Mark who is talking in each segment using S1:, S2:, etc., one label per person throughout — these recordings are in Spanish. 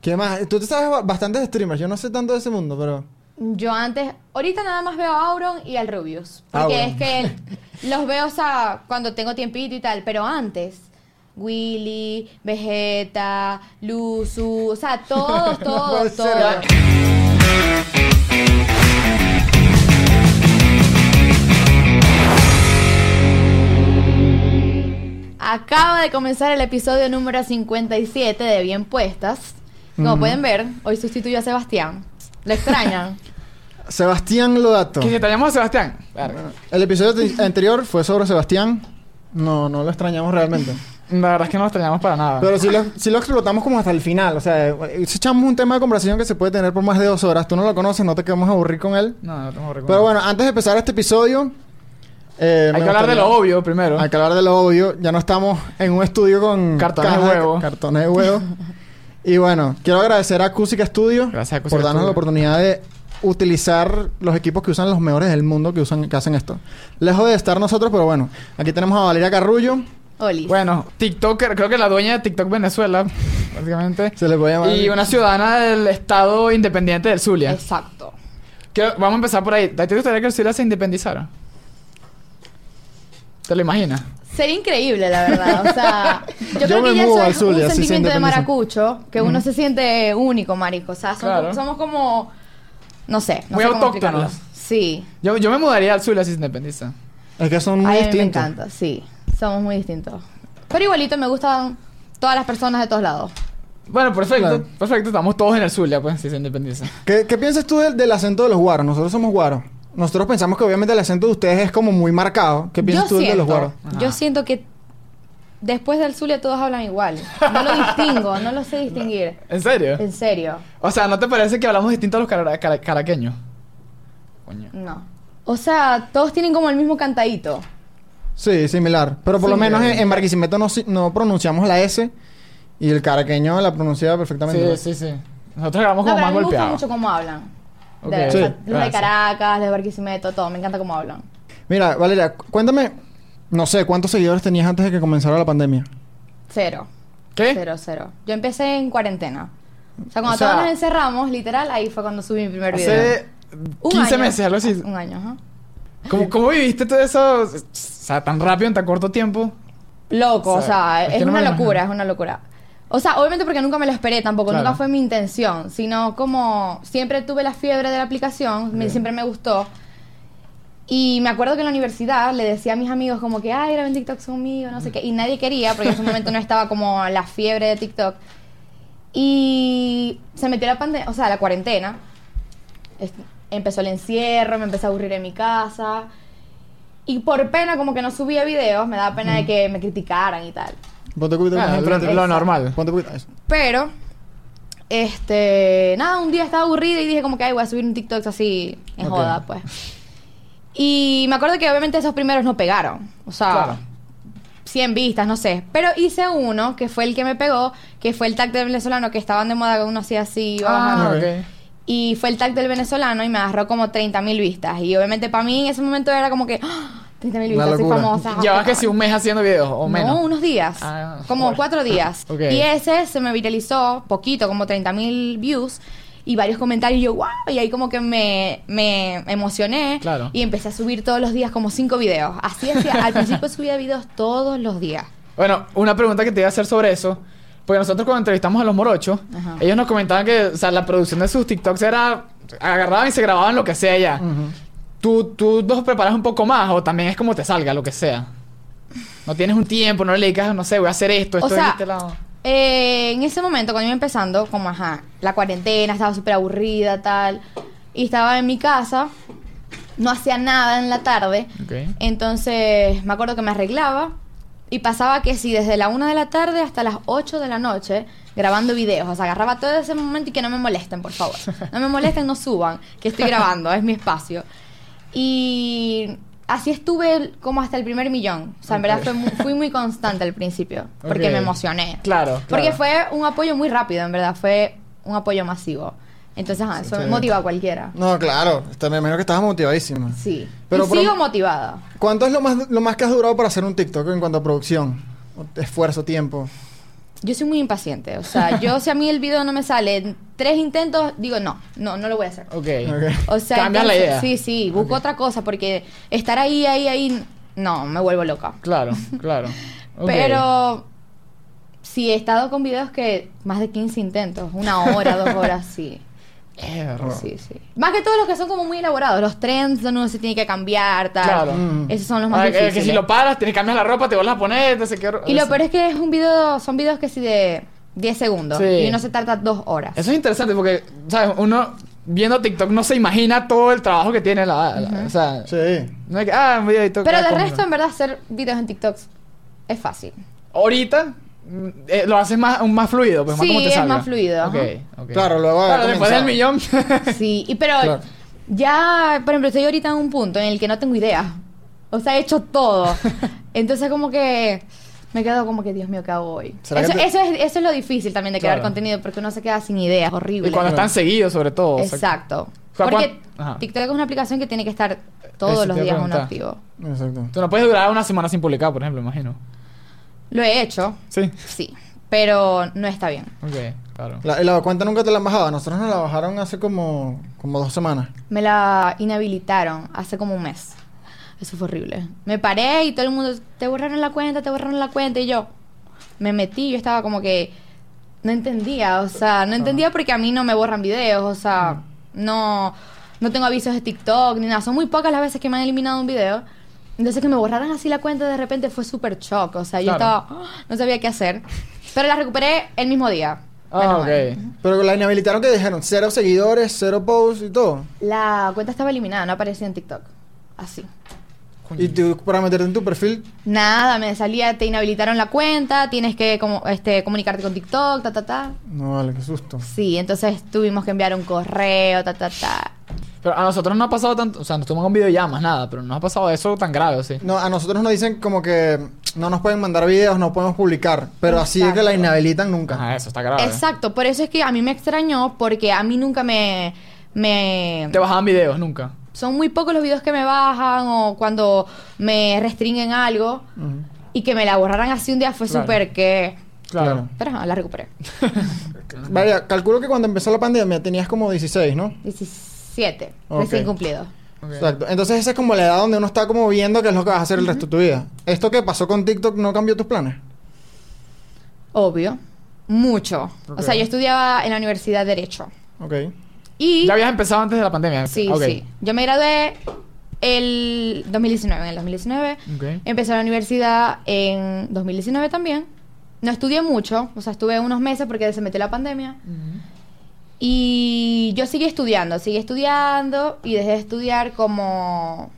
S1: ¿Qué más? Tú te sabes ba- bastantes streamers. Yo no sé tanto de ese mundo, pero...
S2: Yo antes, ahorita nada más veo a Auron y al Rubius. Porque
S1: Auron.
S2: es que el- los veo, o sea, cuando tengo tiempito y tal. Pero antes, Willy, Vegeta, Luzu, o sea, todos, todos,
S1: puede ser,
S2: todos. Acaba de comenzar el episodio número 57 de Bien Puestas. Como pueden ver, hoy sustituyo a Sebastián. Lo extrañan.
S1: Sebastián Lodato.
S3: Que si te llamamos Sebastián. Verga.
S1: El episodio te- anterior fue sobre Sebastián. No, no lo extrañamos realmente.
S3: La verdad es que no nos extrañamos para nada.
S1: Pero si lo, sí lo explotamos como hasta el final. O sea, si echamos un tema de conversación que se puede tener por más de dos horas. Tú no lo conoces, no te queremos aburrir con él.
S3: no, no tengo recuerdo.
S1: Pero bueno, antes de empezar este episodio... eh,
S3: hay
S1: me
S3: que hablar de
S1: gustaría-
S3: lo obvio primero.
S1: Hay que hablar de lo obvio. Ya no estamos en un estudio con...
S3: Cartones de
S1: cajas
S3: huevo.
S1: Cartones de huevo. y bueno, quiero agradecer a Cusica Studio
S3: Gracias a Cusica
S1: por darnos
S3: Studio.
S1: la oportunidad de utilizar los equipos que usan los mejores del mundo que, usan, que hacen esto. Lejos de estar nosotros, pero bueno. Aquí tenemos a Valeria Carrullo.
S2: Oli.
S3: Bueno, TikToker, creo que la dueña de TikTok Venezuela, básicamente.
S1: Se le puede llamar...
S3: Y una ciudadana del estado independiente del Zulia.
S2: Exacto.
S3: Creo- vamos a empezar por ahí. ¿A ti te gustaría que el Zulia se independizara? ¿Te lo imaginas?
S2: Sería increíble, la verdad. O sea, yo,
S1: Yo
S2: creo
S1: me
S2: que ya
S1: mudo
S2: eso
S1: al
S2: es
S1: Zulia,
S2: un
S1: si se
S2: sentimiento de
S1: independiza.
S2: maracucho, que uno se siente único, marico. O sea, son-
S3: Claro.
S2: somos como, no sé. No
S3: Muy
S2: sé cómo
S3: autóctonos.
S2: explicarlo. Sí.
S3: Yo, yo me mudaría al Zulia si se independiza.
S1: Es que son
S2: A
S1: muy
S2: mí me
S1: distintos.
S2: encanta, sí. Somos muy distintos. Pero igualito me gustan todas las personas de todos lados.
S3: Bueno, perfecto.
S1: Claro.
S3: Perfecto. Estamos todos en el Zulia, pues, si se independiza.
S1: ¿Qué, qué piensas tú del, del acento de los guaros? Nosotros somos guaros. Nosotros pensamos que obviamente el acento de ustedes es como muy marcado. ¿Qué
S2: Yo
S1: piensas tú del de los guaros?
S2: siento,
S3: Ah.
S2: yo siento que después del Zulia todos hablan igual. No lo distingo, no lo sé distinguir.
S3: ¿En serio?
S2: En serio,
S3: O sea, ¿no te parece que hablamos distinto a los cara- cara- caraqueños? Coño.
S2: no. O sea, todos tienen como el mismo cantadito.
S1: Sí, similar. Pero por lo menos en, en Barquisimeto no, si- no pronunciamos la S y el caraqueño la pronunciaba perfectamente.
S3: Sí, sí, sí. Nosotros grabamos
S2: No,
S3: como
S2: pero a
S3: más
S2: mí me gusta
S3: golpeados.
S2: mucho cómo hablan. De,
S3: Ok.
S2: verdad.
S1: Sí,
S2: O sea, los de
S3: gracias.
S2: Caracas, los de Barquisimeto, todo. Me encanta cómo hablan.
S1: Mira, Valeria, cu- cuéntame, no sé, ¿cuántos seguidores tenías antes de que comenzara la pandemia?
S2: Cero.
S3: ¿Qué?
S2: Cero, cero. Yo empecé en cuarentena. O sea, cuando
S3: O sea-
S2: todos nos encerramos, literal, ahí fue cuando subí mi primer video.
S3: Hace
S2: Un
S3: 15
S2: año.
S3: meses, algo así.
S2: Un año, ajá.
S3: ¿Cómo, cómo viviste todo eso? O sea, tan rápido, en tan corto tiempo.
S2: Loco, o
S3: O
S2: sea,
S3: sea,
S2: es,
S3: es que no
S2: una
S3: me lo
S2: locura, es una locura. O sea, obviamente porque nunca me lo esperé tampoco,
S3: Claro.
S2: nunca fue mi intención, sino como siempre tuve la fiebre de la aplicación, me- siempre me gustó. Y me acuerdo que en la universidad le decía a mis amigos como que, ay, graben TikToks conmigo, no sé qué, y nadie quería porque en ese momento no estaba como la fiebre de TikTok. Y se metió la pandemia, o sea, la cuarentena. Es- Empezó el encierro, me empecé a aburrir en mi casa. Y por pena, como que no subía videos, me daba pena de que me criticaran y tal.
S1: Ponte un poquito más
S3: Ah, lo,
S1: enfrente.
S3: lo normal.
S1: Ponte un poquito- eso.
S2: Pero, este, nada, un día estaba aburrida y dije como que, ay, voy a subir un TikTok así, en
S3: Ok.
S2: joda, pues. Y me acuerdo que obviamente esos primeros no pegaron. O sea,
S3: Ah, Claro.
S2: 100 vistas, no sé. Pero hice uno, que fue el que me pegó, que fue el tag del venezolano, que estaban de moda, que uno hacía así, iba bajando.
S3: Ah,
S1: Ajá.
S3: ok.
S2: Y fue el tag del venezolano y me agarró como 30 mil vistas. Y obviamente para mí en ese momento era como que, ¡Ah! 30 mil
S1: Una
S2: vistas, soy
S1: locura.
S2: famosa. ah,
S3: Llevas
S2: qué
S3: que si un mes haciendo videos o menos.
S2: no, unos días.
S3: Ah,
S2: como
S3: bueno.
S2: cuatro días.
S3: Ok.
S2: Y ese se me viralizó poquito, como 30 mil views. Y varios comentarios, y yo, wow, y ahí como que me, me emocioné.
S3: Claro.
S2: Y empecé a subir todos los días como cinco videos. Así hacía, al principio subía videos todos los días.
S3: Bueno, una pregunta que te iba a hacer sobre eso. Porque nosotros cuando entrevistamos a los morochos,
S2: Ajá.
S3: ellos nos comentaban que, o sea, la producción de sus TikToks era... Agarraban y se grababan lo que sea ya. ¿Tú, tú los preparas un poco más o también es como te salga, lo que sea. No tienes un tiempo, no le dedicas, no sé, voy a hacer
S2: O
S3: esto, esto
S2: sea,
S3: de este lado.
S2: Eh, en ese momento, cuando iba empezando, como ajá, la cuarentena, estaba súper aburrida, tal, y estaba en mi casa, no hacía nada en la tarde.
S3: Ok.
S2: Entonces, me acuerdo que me arreglaba y pasaba que si desde la 1 de la tarde hasta las 8 de la noche grabando videos, o sea, agarraba todo ese momento y que no me molesten, por favor. No me molesten, no suban, que estoy grabando, es mi espacio. Y así estuve como hasta el primer millón. O sea, en verdad fue mu- fui muy constante al principio, porque
S3: Ok.
S2: me emocioné.
S3: Claro,
S2: Porque
S3: claro.
S2: fue un apoyo muy rápido, en verdad, fue un apoyo masivo. Entonces, ajá, eso me
S1: sí.
S2: motiva a cualquiera.
S1: No, claro. Este, me imagino que estabas motivadísima.
S2: Sí.
S1: Pero
S2: y
S1: por-
S2: sigo motivada.
S1: ¿Cuánto es lo más, lo más que has durado para hacer un TikTok en cuanto a producción? Esfuerzo, tiempo.
S2: Yo soy muy impaciente. O sea, yo si a mí el video no me sale en tres intentos, digo, no, no, no lo voy a hacer.
S3: Ok.
S1: Ok.
S2: O sea,
S3: Cambias la idea.
S2: Sí, sí, busco otra cosa porque estar ahí, ahí, ahí, no, me vuelvo loca.
S3: Claro, claro. Ok.
S2: Pero sí, he estado con videos que más de 15 intentos, una hora, dos horas, sí.
S3: Erro.
S2: Sí, sí. Más que todos los que son como muy elaborados, los trends donde uno se tiene que cambiar, tal.
S3: Claro.
S2: Esos son los más
S3: Ah, que-
S2: difíciles.
S3: que si lo paras, tienes que cambiar la ropa, te vuelves a poner, entonces qué horror.
S2: Y lo peor es que es un video, son videos que sí de 10 segundos
S3: Sí.
S2: y uno se tarda dos horas.
S3: Eso es interesante porque, ¿sabes? Uno viendo TikTok no se imagina todo el trabajo que tiene la. la- O sea,
S1: Sí.
S3: no es que. Ah, un video de TikTok.
S2: Pero
S3: ah,
S2: de
S3: compro.
S2: resto, en verdad, hacer videos en TikTok es fácil.
S3: Ahorita mm, eh, lo haces más, un- más fluido, pues más
S2: Sí,
S3: como te
S2: es
S3: salga.
S2: más fluido,
S3: Ok,
S2: ajá.
S3: ok.
S1: Claro, luego de
S3: Claro,
S1: haber
S3: después del
S1: comenzado.
S3: millón.
S2: Sí, y pero
S1: Claro.
S2: ya, por ejemplo, estoy ahorita en un punto en el que no tengo idea. O sea, he hecho todo. Entonces, como que me quedo como que, Dios mío, ¿qué hago hoy? Eso,
S1: ¿Será que te-
S2: eso es, eso es lo difícil también de crear
S3: Claro.
S2: contenido, porque uno se queda sin ideas, horrible.
S3: y cuando están seguidos, sobre todo. o sea,
S2: Exacto.
S3: O sea,
S2: Porque
S3: cuan- Ajá.
S2: TikTok es una aplicación que tiene que estar
S3: Eso
S2: todos
S3: te
S2: los
S3: iba a
S2: días uno
S3: preguntar.
S2: activo.
S1: Exacto.
S3: Tú no puedes durar una semana sin publicar, por ejemplo, imagino.
S2: Lo he hecho,
S3: Sí.
S2: sí, pero no está bien.
S3: Ok, claro.
S1: La, y la cuenta nunca te la han bajado. A Nosotros nos la bajaron hace como, como dos semanas.
S2: Me la inhabilitaron hace como un mes. Eso fue horrible. Me paré y todo el mundo, te borraron la cuenta, te borraron la cuenta. Y yo me metí, yo estaba como que no entendía, o sea, no entendía porque a mí no me borran videos, o sea, no, no tengo avisos de TikTok ni nada. Son muy pocas las veces que me han eliminado un video. Entonces que me borraran así la cuenta de repente fue súper shock, o sea, yo
S3: Claro.
S2: estaba, "Ah", no sabía qué hacer. Pero la recuperé el mismo día.
S3: Ah,
S2: Menos mal.
S3: ok.
S1: Pero la inhabilitaron que dijeron cero seguidores, cero posts y todo.
S2: La cuenta estaba eliminada, no aparecía en TikTok. Así.
S1: Y tú, para meterte en tu perfil,
S2: Nada, me salía, te inhabilitaron la cuenta, tienes que como, este, comunicarte con TikTok, ta, ta, ta.
S1: no vale, qué susto.
S2: Sí, entonces tuvimos que enviar un correo, ta, ta, ta.
S3: Pero a nosotros no ha pasado tanto. O sea, nos tomamos un video ya, más nada, pero no ha pasado eso tan grave, o sí.
S1: No, a nosotros nos dicen como que no nos pueden mandar videos, no podemos publicar. Pero así es que la
S2: Exacto.
S1: inhabilitan nunca.
S3: Ajá, eso está grave.
S2: Exacto, por eso es que a mí me extrañó, porque a mí nunca me... me
S3: Te bajaban videos nunca.
S2: son muy pocos los videos que me bajan o cuando me restringen algo
S1: Ujú.
S2: y que me la borraran así un día fue
S3: Claro.
S2: súper que...
S1: Claro.
S2: Pero ajá, la recuperé.
S1: Vaya, calculo que cuando empezó la pandemia tenías como 16, ¿no?
S2: 17,
S1: Ok.
S2: recién cumplido.
S1: Exacto. Entonces esa es como la edad donde uno está como viendo qué es lo que vas a hacer el resto de tu vida. ¿Esto que pasó con TikTok no cambió tus planes?
S2: Obvio. Mucho.
S3: Ok.
S2: O sea, yo estudiaba en la Universidad de Derecho.
S1: Ok.
S2: Y...
S3: Ya habías empezado antes de la pandemia.
S2: Sí,
S3: Ok.
S2: sí. Yo me gradué el 2019. En el 2019
S3: Ok.
S2: empecé la universidad en 2019 también. No estudié mucho, o sea, estuve unos meses porque se metió la pandemia. Y yo seguí estudiando, seguí estudiando y dejé de estudiar como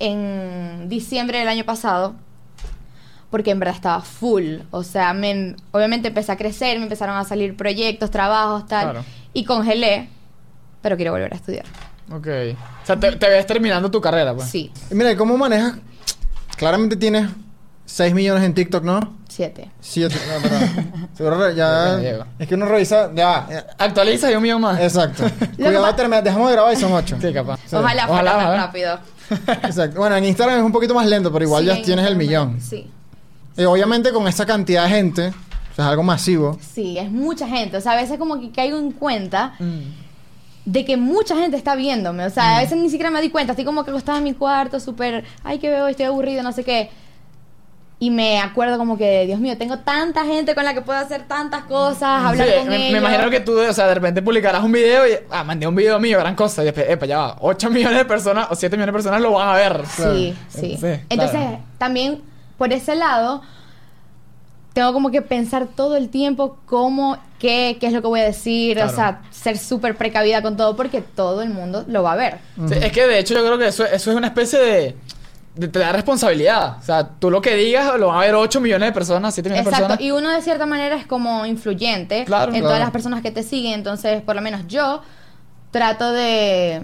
S2: en diciembre del año pasado. Porque en verdad estaba full. O sea, me- obviamente empecé a crecer, me empezaron a salir proyectos, trabajos, tal.
S3: Claro.
S2: Y congelé, pero quiero volver a estudiar.
S3: Ok. O sea, te, te ves terminando tu carrera, pues.
S2: Sí,
S1: Y mira, ¿y ¿cómo manejas? Claramente tienes 6 millones en TikTok, ¿no?
S2: siete.
S1: 7. No, perdón. Seguro re-
S3: Creo
S1: ya.
S3: que me llego.
S1: es que uno revisa. Ya. eh,
S3: Actualiza yo mío más.
S1: Exacto.
S2: que
S1: Cuidado,
S2: pa-
S1: termina- dejamos de grabar y son 8.
S3: Sí, capaz.
S2: Ojalá fuera
S3: Ojalá,
S2: tan
S3: ojalá.
S2: rápido.
S1: Exacto. Bueno, en Instagram es un poquito más lento, pero igual
S2: Sí,
S1: ya
S2: en
S1: tienes el
S2: Instagram,
S1: millón.
S2: Sí.
S1: Y obviamente con esa cantidad de gente, o sea, es algo masivo.
S2: Sí, es mucha gente. O sea, a veces como que caigo en cuenta
S3: Mm.
S2: de que mucha gente está viéndome. O sea, a veces ni siquiera me di cuenta. Estoy como que acostada en mi cuarto, súper, ay, que veo, estoy aburrido, no sé qué. Y me acuerdo como que, Dios mío, tengo tanta gente con la que puedo hacer tantas cosas, hablar
S3: Mm. Sí,
S2: con
S3: me, me
S2: ellos.
S3: imagino que tú, o sea, de repente publicarás un video y, ah, mandé un video mío, gran cosa. Y después, epa, ya va, 8 millones de personas o 7 millones de personas lo van a ver.
S2: Sí, sí.
S3: Sí, claro.
S2: Entonces, también por ese lado, tengo como que pensar todo el tiempo cómo, qué, qué es lo que voy a decir,
S3: Claro.
S2: o sea, ser súper precavida con todo porque todo el mundo lo va a ver.
S3: Sí, es que de hecho yo creo que eso, eso es una especie de, de- Te da responsabilidad. O sea, tú lo que digas lo van a ver 8 millones de personas, 7 millones
S2: Exacto,
S3: de personas.
S2: y uno de cierta manera es como influyente
S3: Claro,
S2: en
S3: claro.
S2: todas las personas que te siguen, entonces por lo menos yo trato de,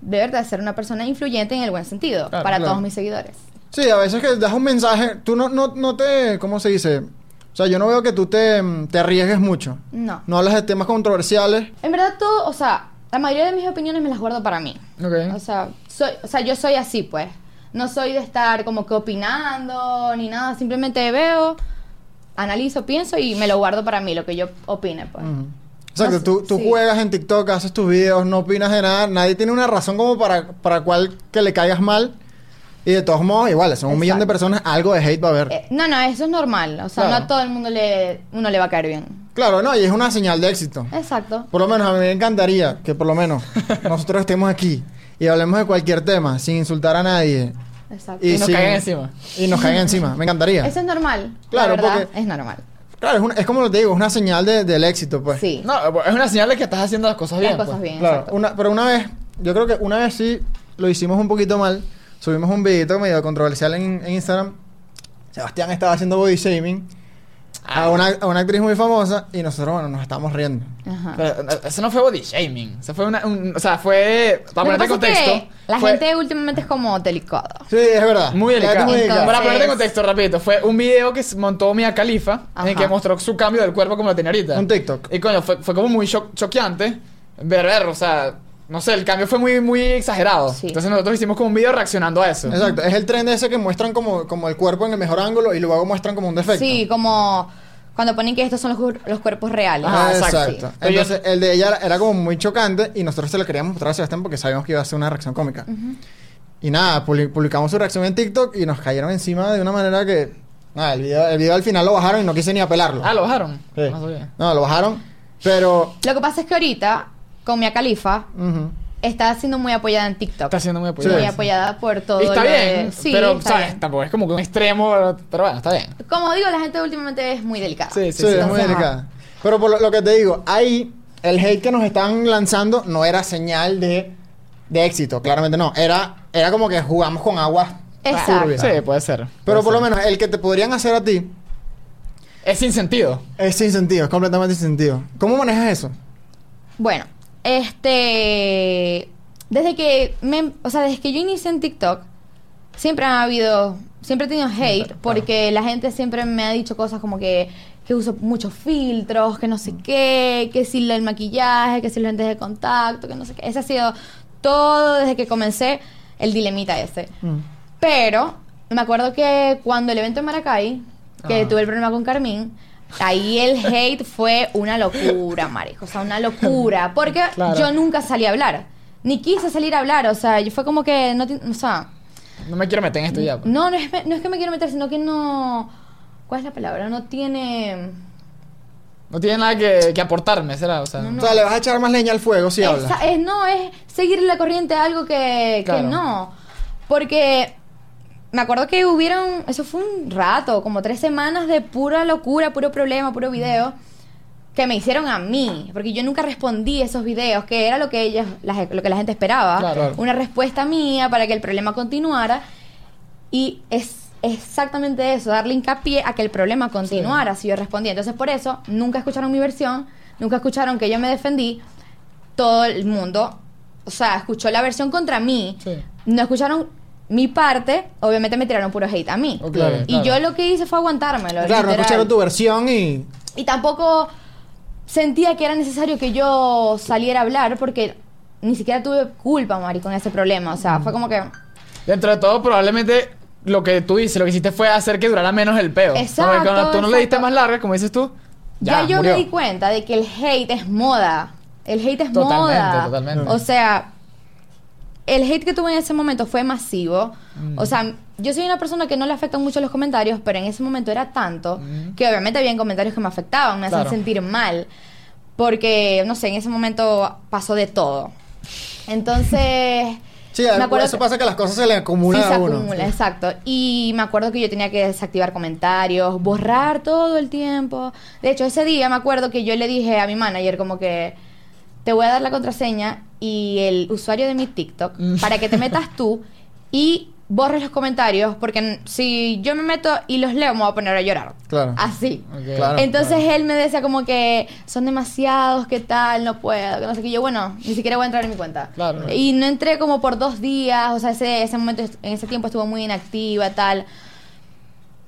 S2: de verdad, ser una persona influyente en el buen sentido
S3: Claro,
S2: para
S1: claro.
S2: todos mis seguidores.
S1: Sí, a veces que das un mensaje, tú no, no, no te, ¿cómo se dice? O sea, yo no veo que tú te, mm, te arriesgues mucho.
S2: No.
S1: No hablas de temas controversiales.
S2: En verdad todo, o sea, la mayoría de mis opiniones me las guardo para mí.
S3: Ok.
S2: O sea, soy, o sea, yo soy así, pues. No soy de estar como que opinando ni nada. Simplemente veo, analizo, pienso y me lo guardo para mí, lo que yo opine, pues.
S1: O sea,
S2: No
S1: que
S2: sé,
S1: tú, tú
S2: sí.
S1: juegas en TikTok, haces tus videos, no opinas de nada. Nadie tiene una razón como para, para cual que le caigas mal. Y de todos modos, igual, son un
S2: Exacto.
S1: millón de personas, algo de hate va a haber.
S2: Eh, no, no, eso es normal. O sea,
S3: Claro.
S2: no a todo el mundo le, uno le va a caer bien.
S1: Claro, no, y es una señal de éxito.
S2: Exacto.
S1: Por lo menos a mí me encantaría que por lo menos nosotros estemos aquí y hablemos de cualquier tema sin insultar a nadie.
S2: Exacto.
S3: Y nos
S1: sin-
S3: caigan encima.
S1: Y nos caigan encima, me encantaría.
S2: Eso es normal.
S1: Claro,
S2: Claro, la verdad,
S1: porque-
S2: es normal.
S1: Claro, es, una- es como te digo, es una señal de- del éxito, pues.
S2: Sí.
S3: No, es una señal de que estás haciendo las cosas
S2: Las
S3: bien.
S2: cosas
S3: pues.
S2: bien,
S1: Claro,
S2: exacto.
S1: una, pero una vez, yo creo que una vez sí lo hicimos un poquito mal. Subimos un videito medio controversial en, en Instagram. Sebastián estaba haciendo body shaming a
S3: Ah,
S1: una, a una actriz muy famosa y nosotros, bueno, nos estábamos riendo.
S2: Ajá.
S3: pero, eh, eso no fue body shaming. Eso fue una. un- o sea, fue. Para
S2: Lo que
S3: ponerte en
S2: pasa es
S3: contexto.
S2: que la
S3: fue
S2: gente últimamente es como delicada.
S1: Sí, es verdad.
S3: Muy
S1: Ya
S3: delicado.
S1: tú me digas.
S2: Entonces-
S3: Para ponerte en contexto, rapidito, fue un video que montó Mia Khalifa en el
S2: Ajá.
S3: que mostró su cambio del cuerpo como lo tenía ahorita.
S1: Un TikTok.
S3: Y coño, fue, fue como muy cho- choqueante ver, ver, o sea, no sé, el cambio fue muy, muy exagerado.
S2: Sí.
S3: Entonces nosotros hicimos como un video reaccionando a eso.
S1: Exacto, es el tren ese que muestran como, como el cuerpo en el mejor ángulo y luego muestran como un defecto.
S2: Sí, como cuando ponen que estos son los, cuer- los cuerpos reales.
S3: Ajá,
S1: Ah,
S3: exacto.
S1: exacto.
S3: Sí.
S1: Entonces, el de ella era- era como muy chocante y nosotros se lo queríamos mostrar a Sebastián porque sabíamos que iba a ser una reacción cómica. Y nada, publi- publicamos su reacción en TikTok y nos cayeron encima de una manera que. Nada, el video, el video al final lo bajaron y no quise ni apelarlo.
S3: Ah, lo bajaron.
S1: Sí.
S3: No sabía.
S1: No, lo bajaron, pero.
S2: Lo que pasa es que ahorita, con Mia Khalifa,
S1: ujú.
S2: está siendo muy apoyada en TikTok.
S3: Está siendo muy apoyado.
S2: muy
S1: Sí.
S2: apoyada por todo.
S3: Y está
S2: lo
S3: bien,
S2: de- Sí,
S3: pero,
S2: está
S3: ¿sabes?
S2: bien.
S3: Tampoco es como que un extremo, pero bueno, está bien.
S2: Como digo, la gente últimamente es muy delicada.
S3: Sí,
S1: Sí, es muy
S2: Entonces,
S1: delicada. Pero por lo, lo que te digo, ahí el hate que nos estaban lanzando no era señal de, de éxito, claramente no. Era, era como que jugamos con agua.
S2: Exacto.
S1: turbia.
S3: Sí, puede ser.
S1: Pero
S3: Puede
S1: por lo
S3: ser.
S1: menos el que te podrían hacer a ti
S3: Es sin sentido.
S1: es sin sentido, es completamente sin sentido. ¿Cómo manejas eso?
S2: Bueno, este. Desde que me, o sea, desde que yo inicié en TikTok, siempre ha habido, siempre he tenido hate porque la gente siempre me ha dicho cosas como que, que uso muchos filtros, que no sé qué, que si el maquillaje, que si los lentes de contacto, que no sé qué. Ese ha sido todo desde que comencé el dilemita ese.
S3: Mm.
S2: Pero me acuerdo que cuando el evento en Maracay, que tuve el problema con Carmín, ahí el hate fue una locura, marico. O sea, una locura. Porque
S3: Claro.
S2: yo nunca salí a hablar. Ni quise salir a hablar. O sea, yo fue como que no... ti- O sea,
S3: No me quiero meter en esto ya. pues.
S2: no, no es, me- no es que me quiero meter, sino que no... ¿Cuál es la palabra? No tiene...
S3: No tiene nada que, que aportarme, será. O sea,
S1: O sea, le vas a echar más leña al fuego si hablas.
S2: Esa- es- no, es seguir la corriente a algo que, que
S3: Claro.
S2: no. Porque me acuerdo que hubieron, eso fue un rato, como tres semanas de pura locura, puro problema, puro video, que me hicieron a mí. Porque yo nunca respondí esos videos, que era lo que, ellos, la, lo que la gente esperaba.
S3: Claro.
S2: Una respuesta mía para que el problema continuara. Y es exactamente eso, darle hincapié a que el problema continuara si yo respondía. Entonces, por eso, nunca escucharon mi versión, nunca escucharon que yo me defendí. Todo el mundo, o sea, escuchó la versión contra mí.
S3: Sí.
S2: No escucharon mi parte, obviamente me tiraron puro hate a mí.
S3: Ok,
S1: Claro.
S2: Y
S3: claro.
S2: yo lo que hice fue aguantármelo.
S1: claro, no
S2: literal.
S1: escucharon tu versión y.
S2: Y tampoco sentía que era necesario que yo saliera a hablar porque ni siquiera tuve culpa, Mari, con ese problema. O sea, fue como que...
S3: Dentro de todo, probablemente lo que tú dices, lo que hiciste fue hacer que durara menos el peo.
S2: Exacto,
S3: Porque cuando tú no le diste
S2: exacto.
S3: más larga, como dices tú,
S2: Ya,
S3: ya,
S2: yo
S3: murió.
S2: me di cuenta de que el hate es moda. El hate es
S3: Totalmente,
S2: moda.
S3: totalmente.
S2: O sea, el hate que tuve en ese momento fue masivo.
S3: Mm.
S2: O sea, yo soy una persona que no le afectan mucho los comentarios, pero en ese momento era tanto que obviamente habían comentarios que me afectaban, me hacían
S3: Mm. Claro.
S2: sentir mal. Porque, no sé, en ese momento pasó de todo. Entonces.
S1: Sí,
S2: me acuerdo
S1: eso
S2: que-
S1: pasa que las cosas se le acumulan
S2: Sí, se
S1: a uno.
S2: acumula, exacto. Y me acuerdo que yo tenía que desactivar comentarios, borrar todo el tiempo. De hecho, ese día me acuerdo que yo le dije a mi manager como que te voy a dar la contraseña y el usuario de mi TikTok para que te metas tú y borres los comentarios porque n- si yo me meto y los leo me voy a poner a llorar.
S1: Claro.
S2: Así.
S3: Ok.
S1: Claro.
S2: Ah, Entonces él me decía como que son demasiados, qué tal, no puedo, que no sé qué. Yo, bueno, ni siquiera voy a entrar en mi cuenta.
S3: Claro.
S2: Y no entré como por dos días, o sea, ese, ese momento, est- en ese tiempo estuvo muy inactiva, tal.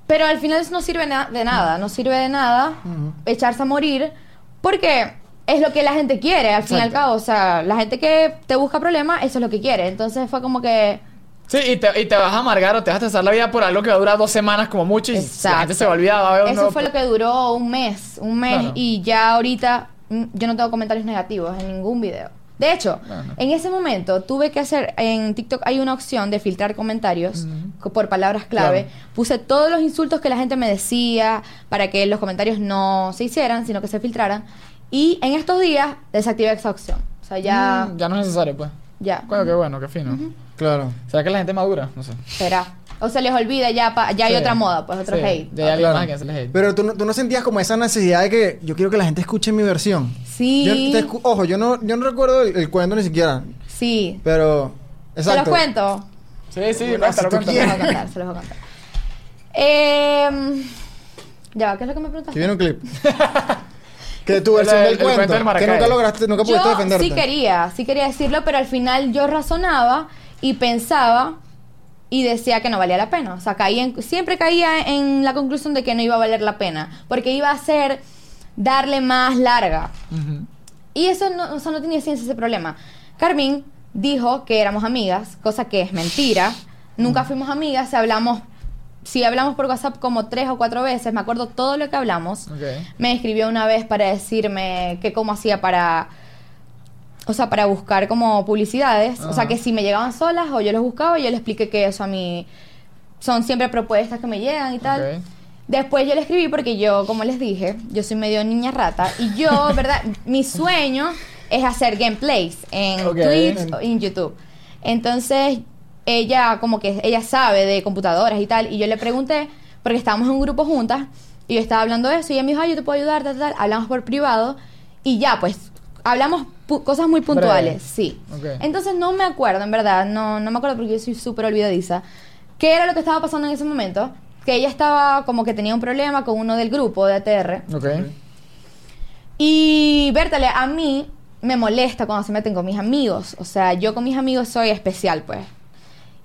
S2: Pero al final eso no sirve na- de nada, no sirve de nada echarse a morir, porque es lo que la gente quiere, al fin y al
S3: Exacto.
S2: cabo. O sea, la gente que te busca problemas, eso es lo que quiere. Entonces fue como que
S3: Sí, y te, y te vas a amargar o te vas a estresar la vida por algo que va a durar dos semanas como mucho y
S2: Exacto.
S3: la gente se va a olvidar. va a haber un
S2: Eso
S3: nuevo-
S2: fue lo que duró un mes, un mes
S3: Claro.
S2: y ya ahorita mm, yo no tengo comentarios negativos en ningún video. De hecho,
S3: Bueno.
S2: en ese momento tuve que hacer, en TikTok hay una opción de filtrar comentarios co- por palabras clave.
S3: Claro.
S2: Puse todos los insultos que la gente me decía para que los comentarios no se hicieran, sino que se filtraran. Y en estos días desactivé esa opción. O sea, ya...
S3: Mm, ya no es necesario, pues.
S2: Ya.
S3: Bueno, qué bueno, qué fino.
S1: Claro.
S3: ¿Será que la gente madura? No sé.
S2: Será. O se les olvida, ya, pa- ya hay
S3: Sí.
S2: otra moda, pues otro
S3: Sí,
S2: hate.
S3: Ya hay alguien
S1: Claro.
S3: más que hacerle hate.
S1: Pero tú no, tú no sentías como esa necesidad de que yo quiero que la gente escuche mi versión.
S2: Sí.
S1: Yo, te escu- ojo, yo no, yo no recuerdo el, el cuento ni siquiera,
S2: Sí.
S1: pero...
S2: ¿Se los
S1: Exacto.
S2: cuento?
S3: Sí, sí,
S1: Bueno,
S3: cuéntalo,
S1: si tú
S2: Se los
S3: cuéntalo.
S2: voy a contar, se los voy a contar. Eh, ya va, ¿qué es lo que me
S1: Que
S2: preguntaste?
S1: viene un clip. que tu versión
S3: El-
S1: del
S3: el
S1: cuento,
S3: cuento del
S1: que
S3: Maracay.
S1: nunca lograste, nunca pudiste
S2: Yo
S1: defenderte.
S2: sí quería, sí quería decirlo, pero al final yo razonaba y pensaba y decía que no valía la pena. O sea, caía en- siempre caía en la conclusión de que no iba a valer la pena, porque iba a ser darle más larga.
S3: Ujú.
S2: Y eso no, o sea, no tenía ciencia ese problema. Carmín dijo que éramos amigas, cosa que es mentira.
S3: Mm.
S2: Nunca fuimos amigas, si hablamos, si hablamos por WhatsApp como tres o cuatro veces, me acuerdo todo lo que hablamos.
S3: Ok.
S2: Me escribió una vez para decirme que cómo hacía para, o sea, para buscar como publicidades. O sea,
S3: Ajá.
S2: que si me llegaban solas o yo los buscaba, yo le expliqué que eso a mí son siempre propuestas que me llegan y tal.
S3: Ok.
S2: Después yo le escribí porque yo, como les dije, yo soy medio niña rata y yo, ¿verdad? Mi sueño es hacer gameplays en
S3: Ok.
S2: Twitch o en YouTube. Entonces, ella como que ella sabe de computadoras y tal y yo le pregunté porque estábamos en un grupo juntas y yo estaba hablando de eso y ella me dijo, "Ay, yo te puedo ayudar", tal, tal, tal. hablamos por privado y ya pues hablamos pu- cosas muy puntuales, sí.
S3: Ok.
S2: Entonces no me acuerdo, en verdad, no, no me acuerdo porque yo soy súper olvidadiza. ¿Qué era lo que estaba pasando en ese momento? Que ella estaba como que tenía un problema con uno del grupo de ATR.
S3: Ok.
S2: Y Bertale, a mí me molesta cuando se meten con mis amigos. O sea, yo con mis amigos soy especial, pues.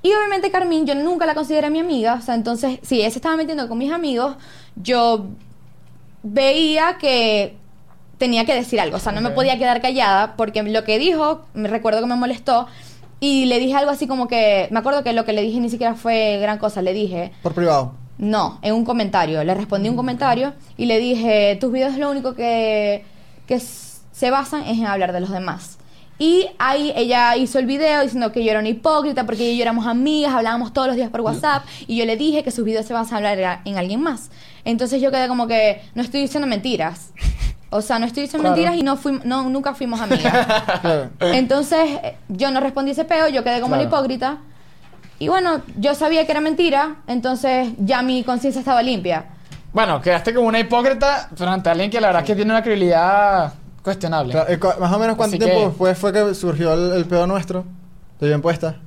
S2: Y obviamente Carmín, yo nunca la consideré mi amiga. O sea, entonces, si ella se estaba metiendo con mis amigos, yo veía que tenía que decir algo. O sea, no me
S3: Ok.
S2: podía quedar callada porque lo que dijo, me recuerdo que me molestó. Y le dije algo así como que, me acuerdo que lo que le dije ni siquiera fue gran cosa. Le dije,
S1: Por privado.
S2: no, en un comentario. Le respondí un comentario y le dije, tus videos lo único que, que s- se basan es en hablar de los demás. Y ahí ella hizo el video diciendo que yo era una hipócrita porque ella y yo éramos amigas, hablábamos todos los días por WhatsApp y yo le dije que sus videos se basan en hablar en alguien más. Entonces yo quedé como que no estoy diciendo mentiras. O sea, no estoy diciendo
S3: Claro.
S2: mentiras y no, fuim- no nunca fuimos amigas.
S1: Claro.
S2: Entonces, eh, yo no respondí ese peo, yo quedé como la
S3: Claro.
S2: hipócrita. Y bueno, yo sabía que era mentira, entonces ya mi conciencia estaba limpia.
S3: Bueno, quedaste como una hipócrita frente a alguien que la verdad es que tiene una credibilidad cuestionable.
S1: Claro, y cu- más o menos cuánto
S3: Así
S1: tiempo
S3: que-
S1: después fue que surgió el, el pedo nuestro. De bien puesta.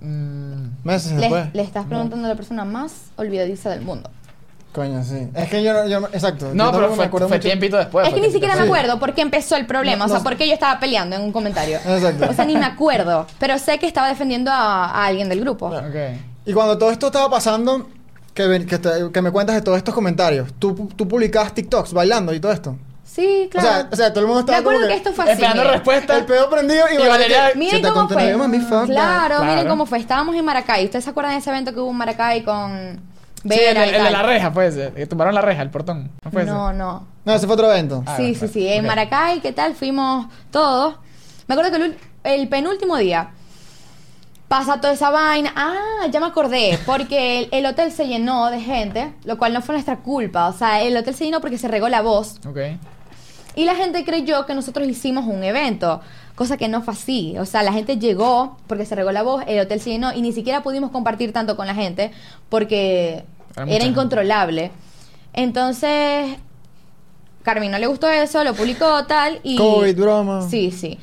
S3: Mm,
S1: Meses
S2: Le,
S1: después.
S2: le estás preguntando a la persona más olvidadiza del mundo.
S1: Coño, sí. Es que yo no, yo no- exacto.
S3: No,
S1: yo
S3: pero
S1: tampoco
S3: fue, fue
S1: mucho.
S3: tiempito después.
S2: es
S3: fue
S2: que ni
S3: tiempito
S2: siquiera me
S3: después.
S2: acuerdo por qué empezó el problema, o sea, por qué yo estaba peleando en un comentario.
S1: Exacto.
S2: O sea, ni me acuerdo, pero sé que estaba defendiendo a, a alguien del grupo.
S1: Claro.
S3: Ok.
S1: Y cuando todo esto estaba pasando, que, ven- que, te- que me cuentas de todos estos comentarios, tú, pu- tú publicabas TikToks bailando y todo esto.
S2: Sí, claro.
S1: O, sea, o sea, todo el mundo
S2: me
S1: estaba
S2: acuerdo
S1: como
S2: que
S1: que
S2: esto fue así.
S3: Esperando
S2: mira.
S3: respuesta.
S1: El pedo prendido y,
S3: Y Valeria-
S1: que-
S2: Miren
S1: se te
S2: cómo fue.
S1: contaminó, mami, fuck,
S2: claro,
S3: Claro.
S2: miren cómo fue. Estábamos en Maracay. ¿Ustedes se acuerdan de ese evento que hubo en Maracay con
S3: Sí, el,
S2: Vera
S3: el
S2: y tal?
S3: de la reja, puede ser. Que tumbaron la reja, el portón. No puede
S2: no,
S3: ser.
S2: no.
S1: No, ese fue otro evento.
S3: Ah,
S2: sí,
S3: bueno,
S2: sí,
S3: claro.
S2: sí. En
S3: Ok.
S2: Maracay, ¿qué tal? Fuimos todos. Me acuerdo que el, ul- el penúltimo día pasa toda esa vaina. Ah, ya me acordé. Porque el, el hotel se llenó de gente, lo cual no fue nuestra culpa. O sea, el hotel se llenó porque se regó la voz.
S3: Ok.
S2: Y la gente creyó que nosotros hicimos un evento, cosa que no fue así. O sea, la gente llegó porque se regó la voz, el hotel se llenó y ni siquiera pudimos compartir tanto con la gente porque
S3: Era mucha
S2: era
S3: gente.
S2: incontrolable. Entonces, Carmen no le gustó eso, lo publicó tal y...
S1: COVID, broma.
S2: Sí, sí.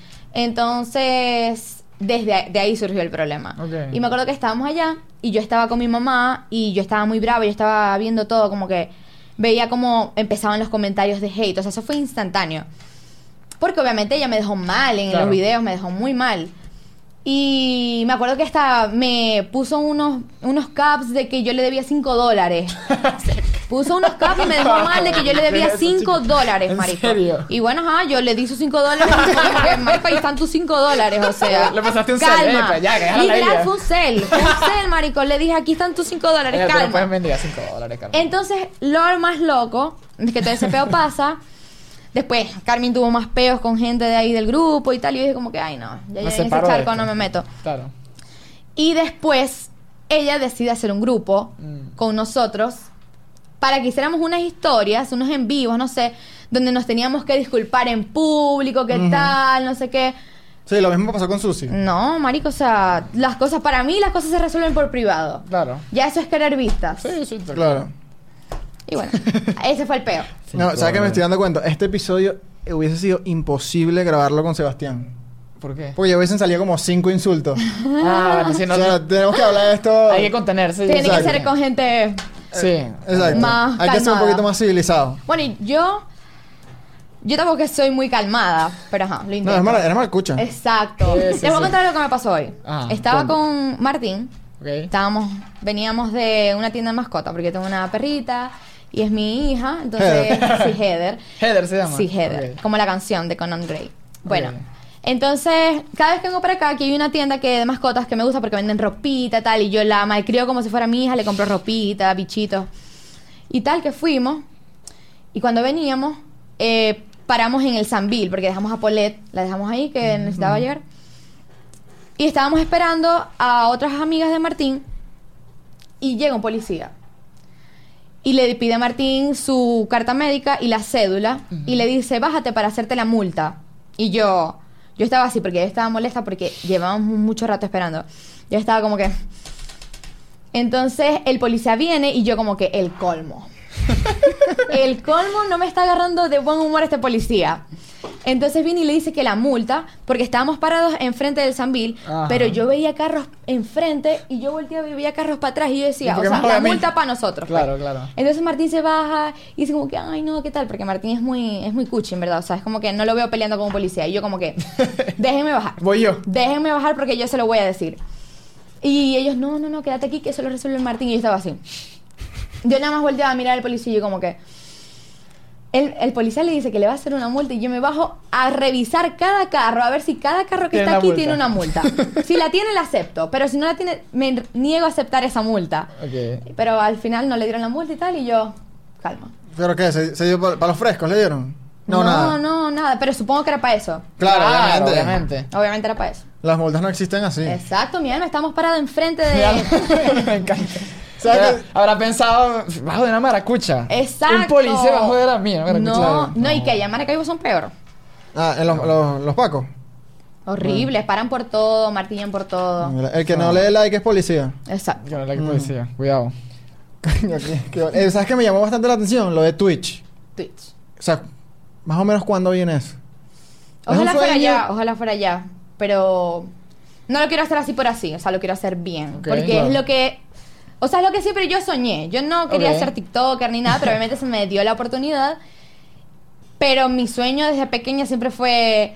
S2: Entonces, desde a- de ahí surgió el problema.
S3: Ok.
S2: Y me acuerdo que estábamos allá y yo estaba con mi mamá y yo estaba muy brava, yo estaba viendo todo como que veía cómo empezaban los comentarios de hate, o sea, eso fue instantáneo. Porque obviamente ella me dejó mal en
S3: Claro.
S2: los videos, me dejó muy mal. Y me acuerdo que hasta me puso unos, unos caps de que yo le debía 5 dólares. Puso unos caps y me dejó mal de que yo le debía
S3: Eso,
S2: 5 dólares,
S3: ¿En
S2: marico.
S3: serio?
S2: Y bueno, ajá, yo le di sus 5 dólares. porque, marico, ahí están tus 5 dólares, o sea.
S3: Le pasaste un cel,
S2: calma.
S3: epa, ya, que déjala
S2: Literal,
S3: ella.
S2: fue un cel. Fue un cel, marico. Le dije, aquí están tus 5 dólares,
S3: Oye, tú no
S2: calma.
S3: puedes mendigar 5 dólares, Carmen.
S2: Entonces, lo más loco, es que todo ese peo pasa. Después, Carmen tuvo más peos con gente de ahí del grupo y tal. Y yo dije como que, ay, no, ya,
S3: Me
S2: ya en ese
S3: separo de
S2: charco
S3: esto.
S2: no me meto.
S3: Claro.
S2: Y después, ella decide hacer un grupo
S3: Mm.
S2: con nosotros para que hiciéramos unas historias, unos en vivos, no sé, donde nos teníamos que disculpar en público, qué tal, no sé qué.
S1: Sí, lo mismo pasó con Susi.
S2: No, marico, o sea, las cosas, para mí las cosas se resuelven por privado.
S3: Claro.
S2: Ya eso es querer vistas.
S3: Sí, sí, claro.
S1: Claro.
S2: Y bueno, ese fue el peo.
S1: No, ¿sabes qué me estoy
S3: estudiando?
S1: dando cuenta? Este episodio hubiese sido imposible grabarlo con Sebastián.
S3: ¿Por qué?
S1: Porque ya hubiesen salido como cinco insultos.
S3: Ah, bueno, si no.
S1: o sea, tenemos que hablar de esto.
S3: Hay que contenerse.
S2: Tiene que
S1: Exacto.
S2: ser con gente...
S3: Sí.
S1: Eh, Exacto.
S2: Más
S1: Hay que ser un
S2: calmada.
S1: poquito más civilizado.
S2: Bueno, y yo... Yo tampoco que soy muy calmada, pero ajá, lo
S1: No,
S2: intento.
S1: es mala, era mala cucha.
S2: Exacto.
S3: Sí, sí,
S2: Les voy a
S3: sí.
S2: contar lo que me pasó hoy.
S3: Ah,
S2: Estaba
S3: cuenta.
S2: con Martín.
S3: Ok.
S2: Estábamos, veníamos de una tienda de mascotas porque yo tengo una perrita y es mi hija, entonces
S1: Heather.
S2: sí Heather,
S3: Heather se llama.
S2: sí Heather,
S3: Ok.
S2: como la canción de Conan Gray. Bueno,
S3: Ok.
S2: entonces cada vez que vengo para acá aquí hay una tienda que de mascotas que me gusta porque venden ropita tal y yo la malcrio como si fuera mi hija, le compro ropita, bichitos y tal que fuimos y cuando veníamos eh, paramos en el Sambil porque dejamos a Paulette, la dejamos ahí que necesitaba llegar. Y estábamos esperando a otras amigas de Martín y llega un policía. Y le pide a Martín su carta médica y la cédula y le dice, bájate para hacerte la multa. Y yo, yo estaba así porque yo estaba molesta porque llevábamos mucho rato esperando. Yo estaba como que... Entonces el policía viene y yo como que el colmo. el colmo no me está agarrando de buen humor este policía. Entonces viene y le dice que la multa, porque estábamos parados enfrente del Sambil,
S3: Ajá.
S2: pero yo veía carros enfrente y yo volteaba y veía carros para atrás y yo decía, o
S3: Porque
S2: sea,
S3: me joda
S2: la
S3: a mí.
S2: multa para nosotros. pues.
S3: Claro, claro.
S2: Entonces Martín se baja y dice como que, ay no, ¿qué tal? Porque Martín es muy, es muy cuchi, en verdad. O sea, es como que no lo veo peleando con un policía. Y yo como que, déjenme bajar.
S3: Voy yo.
S2: Déjenme bajar porque yo se lo voy a decir. Y ellos, no, no, no, quédate aquí que eso lo resuelve el Martín. Y yo estaba así. Yo nada más volteaba a mirar al policía y yo como que... El, el policía le dice que le va a hacer una multa y yo me bajo a revisar cada carro, a ver si cada carro que
S3: Tiene
S2: está aquí
S3: una
S2: tiene una
S3: multa.
S2: multa. Si la tiene, la acepto, pero si no la tiene, me niego a aceptar esa multa.
S3: Ok.
S2: Pero al final no le dieron la multa y tal, y yo, calma.
S1: ¿Pero qué? ¿Se, se dio para los frescos? ¿Le dieron? No,
S2: No,
S1: nada.
S2: no, nada, pero supongo que era para eso.
S1: Claro, obviamente.
S3: obviamente.
S2: Obviamente era para eso.
S1: Las multas no existen así.
S2: Exacto, mi alma, estamos parados enfrente
S3: Mira,
S2: de...
S3: me encanta.
S1: ¿Sabes
S3: Habrá-
S1: qué?
S3: Habrá pensado bajo de una maracucha.
S2: Exacto.
S3: Un policía bajo de la mía. una
S2: No,
S3: maracucha.
S2: no, y que allá en Maracaibo son peor.
S1: Ah, en los, los, los pacos.
S2: Horribles, paran por todo, martillan por todo.
S1: El que no lee like es policía.
S2: Exacto.
S3: Que no le
S1: Mm.
S3: que policía. Cuidado.
S1: Coño, qué- qué- eh, ¿Sabes qué me llamó bastante la atención? Lo de Twitch.
S2: Twitch.
S1: O sea, más o menos cuándo viene eso. un
S2: Ojalá fuera
S1: sueño.
S2: allá, ojalá fuera allá. Pero no lo quiero hacer así por así, o sea, lo quiero hacer bien.
S3: Ok,
S2: porque
S3: claro.
S2: es lo que. O sea, es lo que siempre yo soñé. Yo no quería
S3: Ok.
S2: ser TikToker ni nada, pero obviamente se me dio la oportunidad. Pero mi sueño desde pequeña siempre fue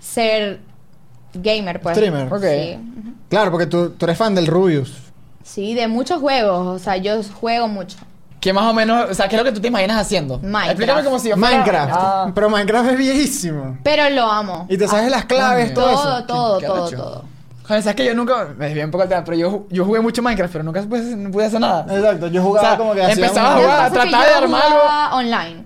S2: ser gamer, pues.
S1: Streamer.
S3: Ok.
S2: Sí.
S1: Claro, porque tú, tú eres fan del Rubius.
S2: Sí, de muchos juegos. O sea, yo juego mucho.
S3: ¿Qué más o menos? O sea, ¿qué es lo que tú te imaginas haciendo?
S2: Minecraft.
S3: Explícame como si yo fuera-
S1: Minecraft.
S3: Ah.
S1: Pero Minecraft es viejísimo.
S2: Pero lo amo.
S1: Y te sabes las claves,
S3: coño.
S1: todo eso.
S2: Ah, Todo, todo,
S3: Qué
S2: todo,
S3: arrecho.
S2: todo.
S3: Joder, sabes que yo nunca me desvié un poco el tema, pero yo, ju- yo jugué mucho Minecraft, pero nunca pude, no pude hacer nada.
S1: Exacto, yo jugaba
S3: O sea,
S1: como que hacía
S3: empezaba
S1: un-
S3: a
S2: Lo que
S3: jugar.
S2: pasa es que
S3: tratar de
S2: yo
S3: armar
S2: jugaba online.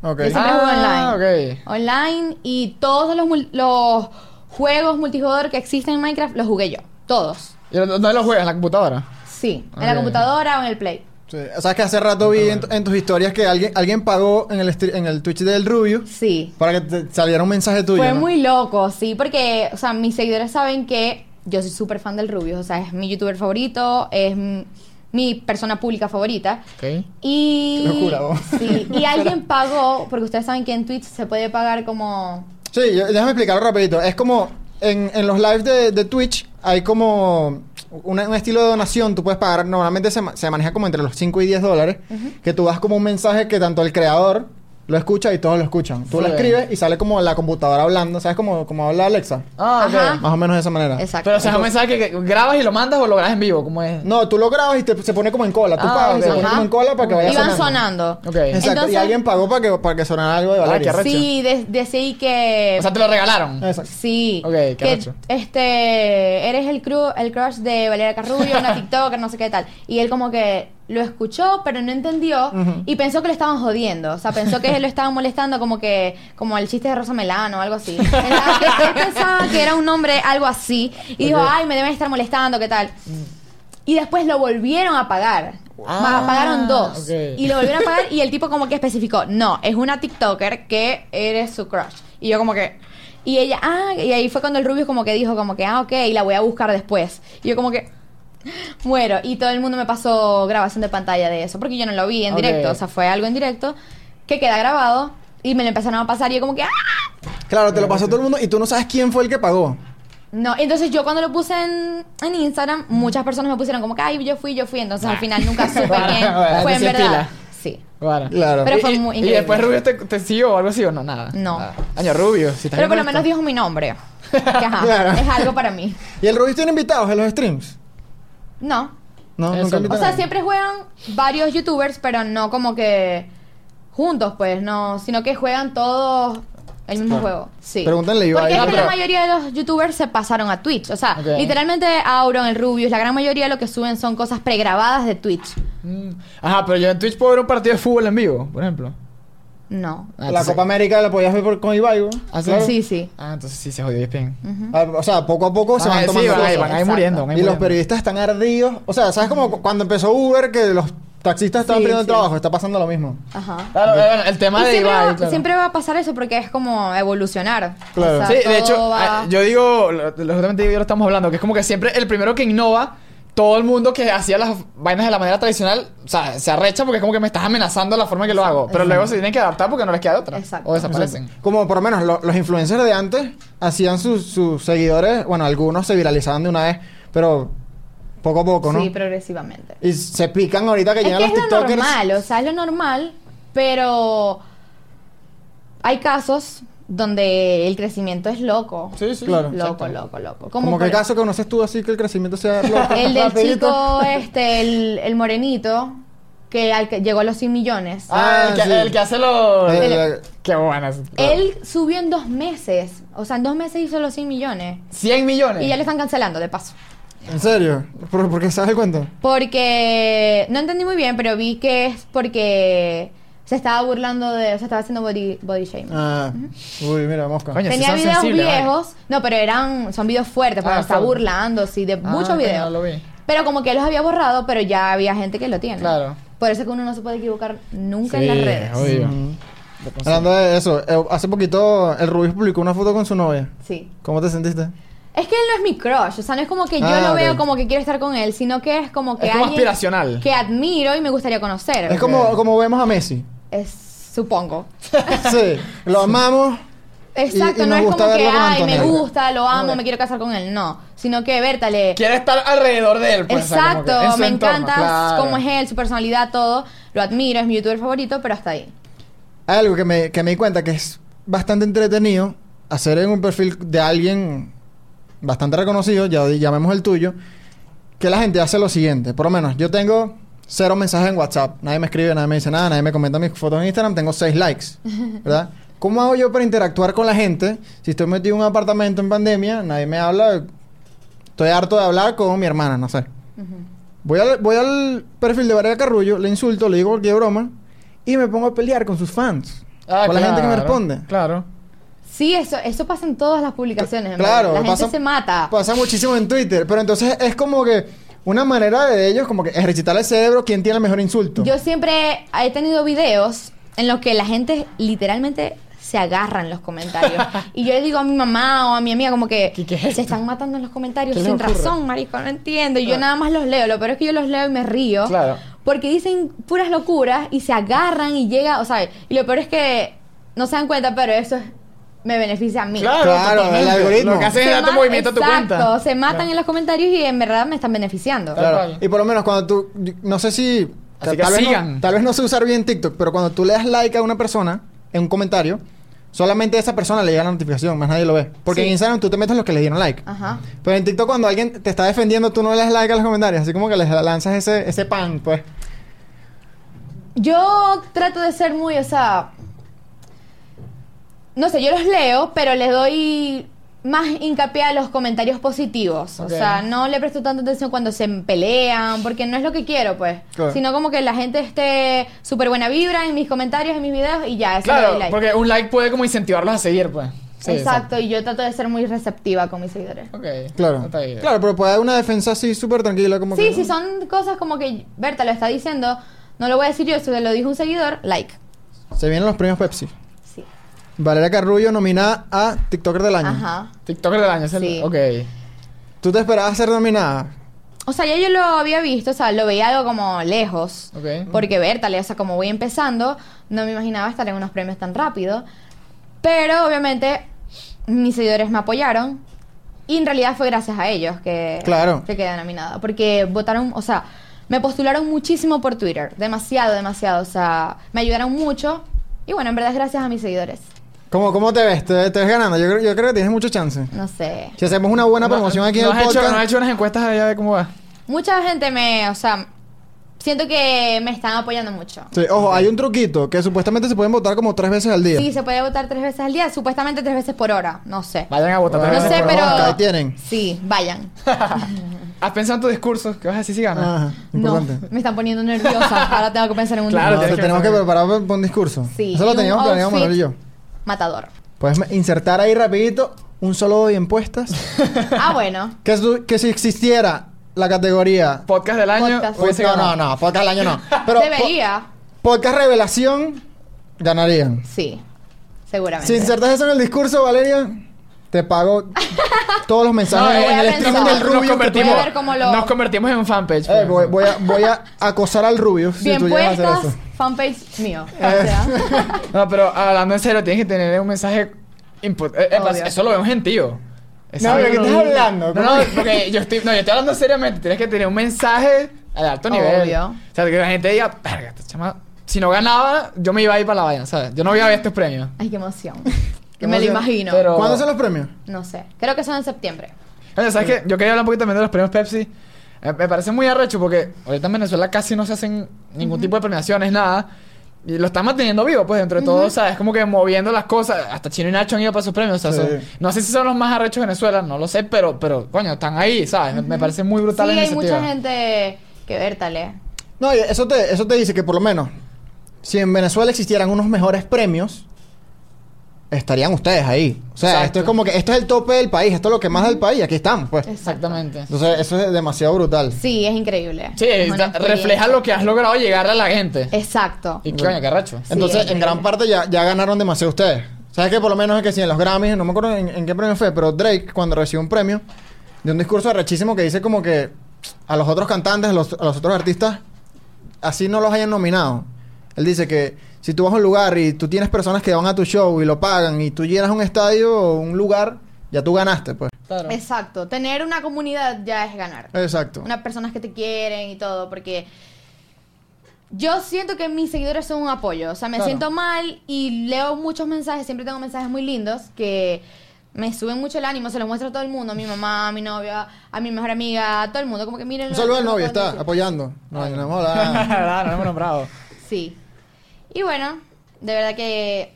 S1: Ok.
S2: Yo siempre jugué
S3: Ah,
S2: online.
S3: ok.
S2: Online y todos los, mul- los juegos multijugador que existen en Minecraft los jugué yo. Todos.
S3: ¿Y ¿Dónde lo juegas? ¿En la computadora?
S2: Sí. En la
S3: Ok.
S2: computadora o en el Play.
S1: Sí, Sabes que hace rato vi en, tu- en tus historias que alguien, alguien pagó en el, stri- en el Twitch del Rubius
S2: Sí.
S1: para que te saliera un mensaje tuyo.
S2: Fue
S1: ¿no?
S2: muy loco, sí, porque, o sea, mis seguidores saben que yo soy súper fan del Rubius. O sea, es mi youtuber favorito, es m- mi persona pública favorita.
S3: Ok.
S2: Y.
S1: Qué locura, vos.
S2: Sí, y alguien pagó, porque ustedes saben que en Twitch se puede pagar como.
S1: Sí, yo- déjame explicarlo rapidito. Es como en, en los lives de, de Twitch hay como una- un estilo de donación. Tú puedes pagar, normalmente se, ma- se maneja como entre los 5 y 10 dólares. Que tú das como un mensaje que tanto el creador lo escucha y todos lo escuchan. Tú lo
S3: Sí.
S1: escribes y sale como la computadora hablando, ¿sabes? Como, como habla Alexa.
S3: Ah, ok.
S2: Ajá.
S1: Más o menos de esa manera.
S2: Exacto.
S3: Ah. Pero o sea, es un mensaje que que grabas y lo mandas o lo grabas en vivo, ¿cómo es?
S1: No, tú lo grabas y te- se pone como en cola. Tú
S3: Ah,
S1: pagas
S3: ok.
S1: y se pone
S2: Ajá.
S1: como en cola para que vaya
S2: Y van
S1: sonando.
S2: sonando.
S3: Ok.
S1: Exacto. y
S2: Entonces-
S1: alguien pagó para que, para que sonara algo de Valeria.
S3: Ah, qué arrecho.
S2: Sí, de- decí que...
S3: O sea, te lo regalaron.
S1: Exacto.
S2: Sí.
S3: Ok, qué
S2: que
S3: arrecho.
S2: este eres el cru- el crush de Valeria Carrubio, una TikToker, no sé qué tal. Y él como que lo escuchó, pero no entendió
S1: Ujú.
S2: y pensó que lo estaban jodiendo, o sea, pensó que lo estaban molestando como que como el chiste de Rosa Melano o algo así. Entonces, él pensaba que era un hombre algo así y dijo,
S3: Ok.
S2: "Ay, me deben estar molestando, ¿qué tal?" Y después lo volvieron a pagar.
S3: Ah,
S2: Ma- pagaron dos.
S3: ok.
S2: Y lo volvieron a pagar y el tipo como que especificó, no, es una TikToker que eres su crush. Y yo como que... Y ella, ah, y ahí fue cuando el Rubius como que dijo como que, ah, ok, la voy a buscar después. Y yo como que... Muero. Y todo el mundo me pasó grabación de pantalla de eso, porque yo no lo vi en
S3: Ok.
S2: directo, o sea, fue algo en directo, que queda grabado y me lo empezaron a pasar y yo como que, ah,
S1: Claro, te lo pasó todo el mundo y tú no sabes quién fue el que pagó.
S2: no, entonces yo cuando lo puse en, en Instagram, muchas personas me pusieron como que, ay, yo fui, yo fui. Entonces al final nunca supe quién
S3: Ah. Bueno,
S2: fue en
S3: sí,
S2: verdad.
S3: pila.
S2: Sí.
S3: Claro.
S1: Claro.
S2: Pero
S3: Y-
S2: fue
S3: y-
S2: muy
S3: Y
S2: increíble.
S3: después Rubio te, te siguió o algo así o no, nada.
S2: No.
S3: Nada. Año Rubio, si estás
S2: Pero por lo
S3: viendo
S2: menos
S3: esto.
S2: dijo mi nombre. Que, ajá,
S1: Claro.
S2: Es algo para mí.
S1: ¿Y el Rubius tiene invitados en los streams?
S2: No.
S1: No,
S3: Eso.
S1: nunca
S3: O
S2: O
S1: invitaron.
S2: sea, siempre juegan varios youtubers, pero no como que juntos, pues, no, sino que juegan todos el mismo juego. Sí.
S1: Pregúntale a Ibai.
S2: Porque
S1: Ah,
S2: es que la
S3: pero-
S2: mayoría de los youtubers se pasaron a Twitch. O sea,
S3: Ok.
S2: literalmente Auron, el Rubius, la gran mayoría de lo que suben son cosas pregrabadas de Twitch.
S3: Mm. Ajá, pero yo en Twitch puedo ver un partido de fútbol en vivo, por ejemplo.
S2: No.
S3: Ah,
S1: la
S3: entonces-
S1: Copa América la podías ver por, con Ibai, güey.
S3: Ah, sí.
S1: Claro.
S2: Sí, sí.
S3: Ah, entonces sí se jodió bien.
S1: Ah, O sea, poco a poco se
S3: Ah,
S1: van
S3: sí,
S1: tomando
S3: van ahí,
S1: cosas.
S3: van ahí
S2: Exacto.
S3: muriendo. van ahí
S1: Y los
S3: muriendo.
S1: periodistas están ardidos. O sea, ¿sabes como cu- cuando empezó Uber que los taxistas estaban
S2: Sí,
S1: perdiendo el
S2: sí.
S1: trabajo? Está pasando lo mismo.
S2: Ajá.
S3: Claro, eh, bueno, el tema
S2: Y
S3: de
S2: siempre,
S3: Ibai.
S2: va,
S3: claro.
S2: siempre va a pasar eso porque es como evolucionar.
S1: Claro.
S2: O sea,
S3: Sí, de hecho,
S2: todo va-
S3: ah, yo digo, lo- lo- justamente yo lo estamos hablando, que es como que siempre el primero que innova, todo el mundo que hacía las vainas de la manera tradicional, o sea, se arrecha porque es como que me estás amenazando la forma en que lo hago. Pero luego se tienen que adaptar porque no les queda de otra.
S2: Exacto.
S3: O desaparecen.
S1: Como por lo menos lo- los influencers de antes hacían sus, sus seguidores, bueno, algunos se viralizaban de una vez, pero poco a poco, ¿no?
S2: Sí, progresivamente.
S1: Y se pican ahorita que
S2: Es
S1: llegan
S2: que
S1: los
S2: es lo
S1: TikTokers.
S2: normal, o sea, es lo normal, pero hay casos donde el crecimiento es loco.
S3: Sí, sí.
S1: Claro.
S2: Loco, loco, loco.
S1: Como, que
S2: por-
S1: caso conoces tú así que el crecimiento sea loco,
S2: El del
S1: rapidito?
S2: chico, este, el, el morenito, que, al que llegó a los 100 millones.
S3: Ah, el, que,
S1: Ah, sí.
S3: el que hace los...
S1: Eh, eh,
S3: Qué buenas.
S2: Él subió en dos meses, o sea, en dos meses hizo los 100 millones.
S3: 100 millones.
S2: Y ya le están cancelando, de paso.
S1: ¿En serio? ¿Por, por qué sabes el cuento?
S2: Porque no entendí muy bien, pero vi que es porque se estaba burlando de, o sea, estaba haciendo body, body shaming.
S1: Ah, uy, mira, mosca.
S3: Coño, sí
S2: Tenía
S3: son
S2: videos
S3: sensibles, vale.
S2: viejos, no, pero eran son videos fuertes, porque
S3: Ah,
S2: está
S3: fuerte.
S2: burlando, sí, de
S3: Ah,
S2: muchos
S3: coño,
S2: videos.
S3: no lo vi.
S2: Pero como que los había borrado, pero ya había gente que lo tiene.
S3: Claro.
S2: Por eso es que uno no se puede equivocar nunca en
S3: Sí,
S2: las redes.
S3: obvio.
S1: Ujú.
S3: Lo consigo.
S1: Hablando de eso, eh, hace poquito el Rubius publicó una foto con su novia.
S2: Sí.
S1: ¿Cómo te sentiste?
S2: Es que él no es mi crush, o sea, no es como que yo
S1: Ah,
S2: lo
S1: ok.
S2: veo como que quiero estar con él, sino que es como que
S3: Es como
S2: alguien
S3: aspiracional.
S2: que admiro y me gustaría conocer.
S1: Es como, como vemos a Messi.
S2: Es- supongo.
S1: Sí, lo amamos.
S2: Exacto,
S1: y
S2: no
S1: nos
S2: es
S1: gusta
S2: como que,
S1: verlo con
S2: ay, me
S1: Antonella".
S2: gusta, lo amo,
S3: Bueno.
S2: me quiero casar con él. No, sino que Bertale.
S3: Quiere estar alrededor de él. Pues, o sea, como que
S2: Exacto,
S3: en su
S2: me
S3: entorno,
S2: encanta
S3: claro.
S2: cómo es él, su personalidad, todo. Lo admiro, es mi youtuber favorito, pero hasta ahí.
S1: Hay algo que me, que me di cuenta que es bastante entretenido hacer en un perfil de alguien bastante reconocido, ya di- llamemos el tuyo, que la gente hace lo siguiente. Por lo menos, yo tengo cero mensajes en WhatsApp. Nadie me escribe, nadie me dice nada, nadie me comenta mis fotos en Instagram. Tengo seis likes, ¿verdad? ¿Cómo hago yo para interactuar con la gente si estoy metido en un apartamento en pandemia? Nadie me habla. Estoy harto de hablar con mi hermana, no sé. Voy al, voy al perfil de Varela Carrullo, le insulto, le digo cualquier broma y me pongo a pelear con sus fans.
S3: Ah,
S1: con la gente que me
S3: claro,
S1: responde.
S3: Claro.
S2: Sí, eso, eso pasa en todas las publicaciones. en
S1: Claro,
S2: verdad. la gente
S1: pasa-
S2: se mata.
S1: Pasa muchísimo en Twitter, pero entonces es como que una manera de ellos como que ejercitar el cerebro quién tiene el mejor insulto.
S2: Yo siempre he tenido videos en los que la gente literalmente se agarra en los comentarios. y yo le digo a mi mamá o a mi amiga como que
S3: ¿Qué- qué es
S2: se
S3: esto?
S2: están matando en los comentarios
S3: ¿Qué les
S2: sin
S3: ocurre? Ah.
S2: razón, marico, no entiendo. Y yo nada más los leo, lo peor es que yo los leo y me río.
S3: Claro.
S2: Porque dicen puras locuras y se agarran y llega, o sea, y lo peor es que no se dan cuenta, pero eso es- me beneficia a mí.
S3: Claro,
S1: Claro,
S3: totalmente.
S1: el algoritmo.
S3: Lo que hace
S2: Se
S3: es darte
S2: ma-
S3: movimiento a tu
S2: Exacto,
S3: cuenta.
S2: se matan en los comentarios y en verdad me están beneficiando.
S3: Claro.
S1: Y por lo menos cuando tú, no sé si...
S3: Así que
S1: vez no-
S3: sigan.
S1: tal vez no sé usar bien TikTok, pero cuando tú le das like a una persona, en un comentario, solamente a esa persona le llega la notificación, más nadie lo ve. Porque
S2: Sí.
S1: en Instagram tú te metes los que le dieron like.
S2: Ajá.
S1: Pero en TikTok cuando alguien te está defendiendo, tú no le das like a los comentarios, así como que les lanzas ese, ese pan, pues.
S2: Yo trato de ser muy, o sea. No sé, yo los leo, pero le doy más hincapié a los comentarios positivos.
S1: Ok.
S2: O sea, no le presto tanta atención cuando se pelean, porque no es lo que quiero, pues.
S1: Claro.
S2: Sino como que la gente esté súper buena vibra en mis comentarios, en mis videos y ya, eso le
S3: Claro,
S2: doy like.
S3: porque un like puede como incentivarlos a seguir, pues. Sí,
S2: exacto, y yo trato de ser muy receptiva con mis seguidores.
S3: Ok.
S1: Claro.
S3: No está bien.
S1: Claro, pero puede haber una defensa así súper tranquila, como
S2: Sí,
S1: que. "Mm,
S2: sí, son cosas como que Berta lo está diciendo, no lo voy a decir yo, se lo dijo un seguidor, like.
S1: Se vienen los premios Pepsi.
S2: Sí.
S1: Valeria Carrullo nominada a TikToker del año.
S2: Ajá.
S3: TikToker del año es el.
S2: Sí.
S3: Ok.
S1: ¿Tú te esperabas ser nominada?
S2: O sea, ya yo lo había visto, o sea, lo veía algo como lejos.
S3: Ok.
S2: Porque Bertale, o sea, como voy empezando, no me imaginaba estar en unos premios tan rápido. Pero obviamente mis seguidores me apoyaron. Y en realidad fue gracias a ellos que,
S1: Claro.
S2: que quedé nominada. Porque votaron, o sea, me postularon muchísimo por Twitter. Demasiado, demasiado. O sea, me ayudaron mucho. Y bueno, en verdad es gracias a mis seguidores.
S1: ¿Cómo, cómo te ves? ¿Te, te ves ganando? Yo, creo- yo creo que tienes mucho chance.
S2: No sé.
S1: Si hacemos una buena
S3: No-
S1: promoción aquí
S3: no
S1: en el
S3: has hecho-
S1: podcast.
S3: no has hecho unas encuestas allá de cómo va.
S2: Mucha gente me, o sea, siento que me están apoyando mucho.
S1: Sí, ojo, hay un truquito que supuestamente se pueden votar como tres veces al día.
S2: Sí, se puede votar tres veces al día, supuestamente tres veces por hora, no sé.
S3: Vayan a votar.
S1: Wow.
S3: tres
S2: No
S1: veces
S2: sé,
S1: por
S2: pero...
S1: hora. Ahí tienen.
S2: Sí, vayan.
S3: ¿Has pensado en tu discurso? ¿Qué vas a decir si ganas?
S1: Ajá,
S2: No,
S1: importante.
S2: me están poniendo nerviosa, ahora tengo que pensar en un
S3: Claro,
S1: No,
S3: tienes
S1: te
S3: que
S1: tenemos que
S3: pensar.
S1: preparar para un discurso.
S2: Sí,
S1: Eso lo
S2: y
S1: teníamos
S2: un
S1: planeado Manuel y yo.
S2: outfit. matador.
S1: Puedes me- insertar ahí rapidito un solo de bien puestas.
S2: Ah, bueno.
S1: que, su- que si existiera la categoría... pues,
S3: Podcast del año. pues,
S2: Podcast.
S3: hubiese
S1: no,
S3: ganado.
S1: no, no, podcast del año no. Pero
S2: Debería,
S1: po- podcast revelación ganarían.
S2: sí,
S1: Si
S2: seguramente.
S1: insertas eso en el discurso, Valeria, te pago todos los
S3: No, eh.
S1: mensajes
S2: voy
S1: en
S2: a
S1: el
S2: pensar.
S1: streaming del
S2: Nos
S1: Rubio. que tú-
S2: convertimos- Voy a ver cómo lo-
S3: nos convertimos en fanpage.
S1: Eh,
S3: pues.
S1: voy, voy a, voy a acosar al Rubio si
S2: Bien
S1: tú llegas a
S2: puestas,
S1: hacer eso. Eh.
S2: fanpage mío. O sea,
S3: No, pero hablando en serio, tienes que tener un mensaje importante.
S2: Obvio.
S3: eso lo veo en tío.
S1: No, pero ¿qué estás hablando?
S3: No,
S1: ¿Cómo
S3: no,
S1: que-
S3: porque yo estoy, no, yo estoy hablando seriamente. Tienes que tener un mensaje de alto nivel.
S2: Obvio.
S3: O sea, que la gente diga, verga, esta chama. Si no ganaba, yo me iba a ir para la vaina, ¿sabes? Yo no iba a ver estos premios.
S2: Ay, qué emoción.
S1: Qué
S2: me lo
S1: emoción.
S2: imagino.
S3: Pero-
S1: ¿Cuándo son los premios?
S2: No sé, creo que son en septiembre.
S3: Oye, ¿sabes qué? Yo quería hablar un poquito también de los premios Pepsi. Eh, me parece muy arrecho porque ahorita en Venezuela casi no se hacen ningún tipo de premiaciones, nada. Y lo están manteniendo vivo, pues, entre todos, ¿sabes? Como que moviendo las cosas. Hasta Chino y Nacho han ido para sus premios. o sea,
S1: Sí.
S3: son- no sé si son los más arrechos de Venezuela, no lo sé, pero, pero coño, están ahí, ¿sabes? Me- Me parece muy brutal
S2: sí,
S3: la
S2: hay
S3: iniciativa.
S2: mucha gente que Bertale.
S1: No, y eso te, eso te dice que por lo menos, si en Venezuela existieran unos mejores premios, estarían ustedes ahí. O sea,
S3: Exacto.
S1: esto es como que esto es el tope del país, esto es lo que más del país, aquí estamos, pues.
S3: Exactamente.
S1: Entonces, eso es demasiado brutal.
S2: Sí, es increíble.
S3: Sí,
S2: Es una
S3: está- refleja
S2: experiencia.
S3: lo que has logrado llegar a la gente.
S2: Exacto.
S3: Y coño, qué arrecho.
S1: Entonces,
S2: es
S1: en gran
S2: increíble.
S1: parte ya, ya ganaron demasiado ustedes. ¿Sabes que Por lo menos es que si en los Grammys, no me acuerdo en, en qué premio fue, pero Drake, cuando recibió un premio, de un discurso arrechísimo que dice como que a los otros cantantes, a los, a los otros artistas, así no los hayan nominado. Él dice que si tú vas a un lugar y tú tienes personas que van a tu show y lo pagan y tú llenas un estadio o un lugar, ya tú ganaste, pues.
S3: Claro.
S2: Exacto. Tener una comunidad ya es ganar.
S1: Exacto.
S2: Unas personas que te quieren y todo, porque yo siento que mis seguidores son un apoyo. O sea, me
S1: Claro.
S2: siento mal y leo muchos mensajes, siempre tengo mensajes muy lindos que me suben mucho el ánimo, se los muestro a todo el mundo, a mi mamá, a mi novia, a mi mejor amiga, a todo el mundo, como que miren.
S1: Un saludo al novio, está apoyando. No, no, hola.
S3: Claro, no hemos nombrado.
S2: Sí. Y bueno, de verdad que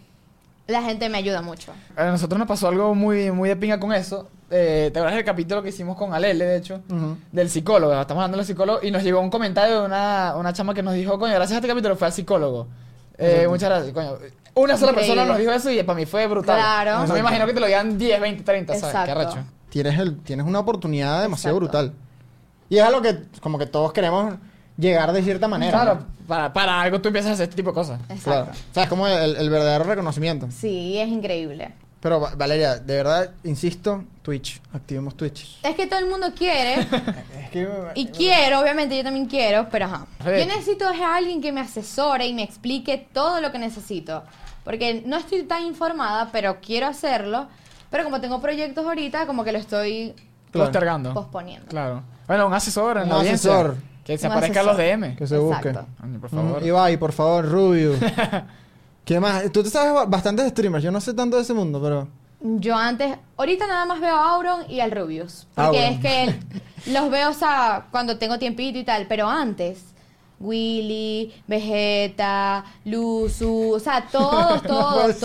S2: la gente me ayuda mucho.
S3: A nosotros nos pasó algo muy, muy de pinga con eso. Eh, ¿Te acuerdas del capítulo que hicimos con Alele, de hecho?
S1: Ujú.
S3: Del psicólogo. Estamos hablando del psicólogo. Y nos llegó un comentario de una, una chama que nos dijo, coño, gracias a este capítulo fue al psicólogo. Eh, muchas gracias, coño. Una sola
S2: Increíble.
S3: persona nos dijo eso y para mí fue brutal.
S2: Claro.
S3: No
S1: Exacto.
S3: me imagino que te lo digan 10, 20, 30, ¿sabes? Qué
S2: Exacto.
S3: arrecho.
S1: tienes, el, tienes una oportunidad demasiado
S2: Exacto.
S1: brutal. Y es a lo que como que todos queremos llegar de cierta manera.
S3: Claro,
S1: ¿no?
S3: para, para algo tú empiezas a hacer este tipo de cosas.
S2: Exacto.
S1: Claro. O sea, es como el, el verdadero reconocimiento.
S2: Sí, es increíble.
S1: Pero Va- Valeria, de verdad, insisto, Twitch. Activemos Twitch.
S2: Es que todo el mundo quiere
S1: Es que...
S2: y quiero, obviamente yo también quiero, pero ajá.
S3: Sí.
S2: Yo necesito es a alguien que me asesore y me explique todo lo que necesito, porque no estoy tan informada, pero quiero hacerlo, pero como tengo proyectos ahorita, como que lo estoy
S1: Claro.
S3: Postergando.
S2: posponiendo.
S3: Claro. Bueno, un asesor en
S1: Un
S3: la audiencia.
S1: asesor.
S3: Que se
S2: Un
S3: aparezca a los
S2: asesor.
S3: DM.
S1: Que se
S2: Exacto.
S1: busque.
S3: Coño, Por
S1: Mm,
S3: favor.
S1: Ibai, por favor, Rubio. ¿Qué más? Tú te sabes ba- bastantes streamers. Yo no sé tanto de ese mundo, pero.
S2: Yo antes, ahorita nada más veo a Auron y al Rubius. Porque
S1: Auron.
S2: es que el- los veo, o sea, cuando tengo tiempito y tal. Pero antes, Willy, Vegeta, Luzu, o sea, todos,
S1: puede
S2: todos,
S1: ser.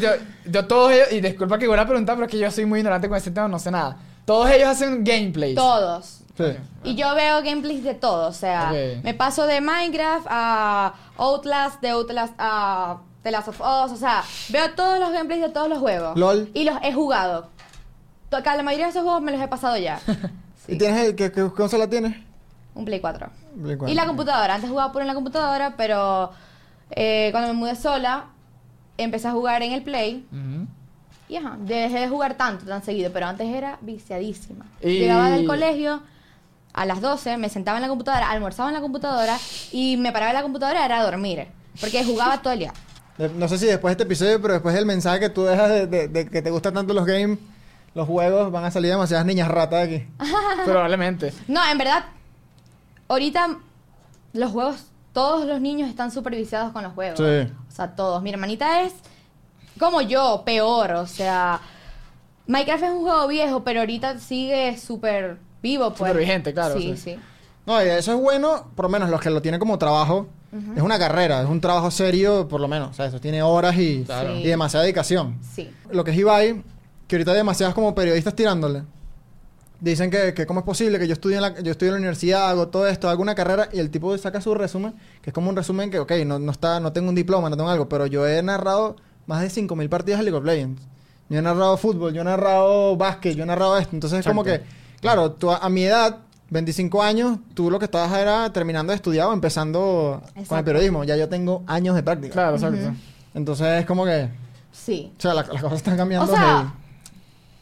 S2: todos.
S3: Yo, yo todos ellos, y disculpa que voy a preguntar, pero es que yo soy muy ignorante con ese tema, no sé nada. Todos ellos hacen gameplays.
S2: Todos.
S1: Sí.
S2: Y yo veo gameplays de todo, o sea,
S3: Ok.
S2: me paso de Minecraft a Outlast, de Outlast a The Last of Us, o sea, veo todos los gameplays de todos los juegos.
S1: LOL.
S2: Y los he jugado. To- La mayoría de esos juegos me los he pasado ya. Sí.
S1: ¿Y tienes el, qué, qué consola tienes?
S2: Un Play 4.
S1: Play 4.
S2: Y la computadora. Antes jugaba puro en la computadora, pero eh, cuando me mudé sola, empecé a jugar en el Play.
S3: Ujú.
S2: Y ajá, dejé de jugar tanto, tan seguido, pero antes era viciadísima.
S3: Y-
S2: Llegaba del colegio a las 12, me sentaba en la computadora, almorzaba en la computadora y me paraba en la computadora era a dormir. Porque jugaba todo el día.
S1: De- No sé si después de este episodio, pero después del mensaje que tú dejas de, de- de que te gustan tanto los games, los juegos, van a salir demasiadas niñas ratas de aquí.
S3: Probablemente.
S2: No, en verdad, ahorita los juegos, todos los niños están supervisados con los juegos.
S1: Sí.
S2: O sea, todos. Mi hermanita es como yo, peor. O sea, Minecraft es un juego viejo, pero ahorita sigue súper vivo. Pues.
S3: Súper vigente, claro,
S2: Sí, sí.
S3: sí.
S1: No, y eso es bueno, por lo menos los que lo tienen como trabajo. Es una carrera, es un trabajo serio, por lo menos. O sea, eso tiene horas y,
S2: Claro. Sí.
S1: y demasiada dedicación.
S2: sí.
S1: Lo que es Ibai, que ahorita hay demasiadas como periodistas tirándole. Dicen que, que cómo es posible que yo estudie, en la, yo estudio en la universidad, hago todo esto, hago una carrera y el tipo saca su resumen, que es como un resumen que, ok, no, no, está, no tengo un diploma, no tengo algo, pero yo he narrado más de 5.000 partidas de League of Legends. Yo he narrado fútbol, yo he narrado básquet, yo he narrado esto. Entonces es como que,
S3: Exacto.
S1: claro, tú a, a mi edad, 25 años, tú lo que estabas era terminando de estudiar o empezando con el
S2: Exacto.
S1: periodismo. Ya yo tengo años de práctica.
S3: Claro, exacto.
S1: Entonces es como que,
S2: Sí.
S1: o sea, la- las cosas están
S2: O
S1: cambiando. heavy.
S2: sea,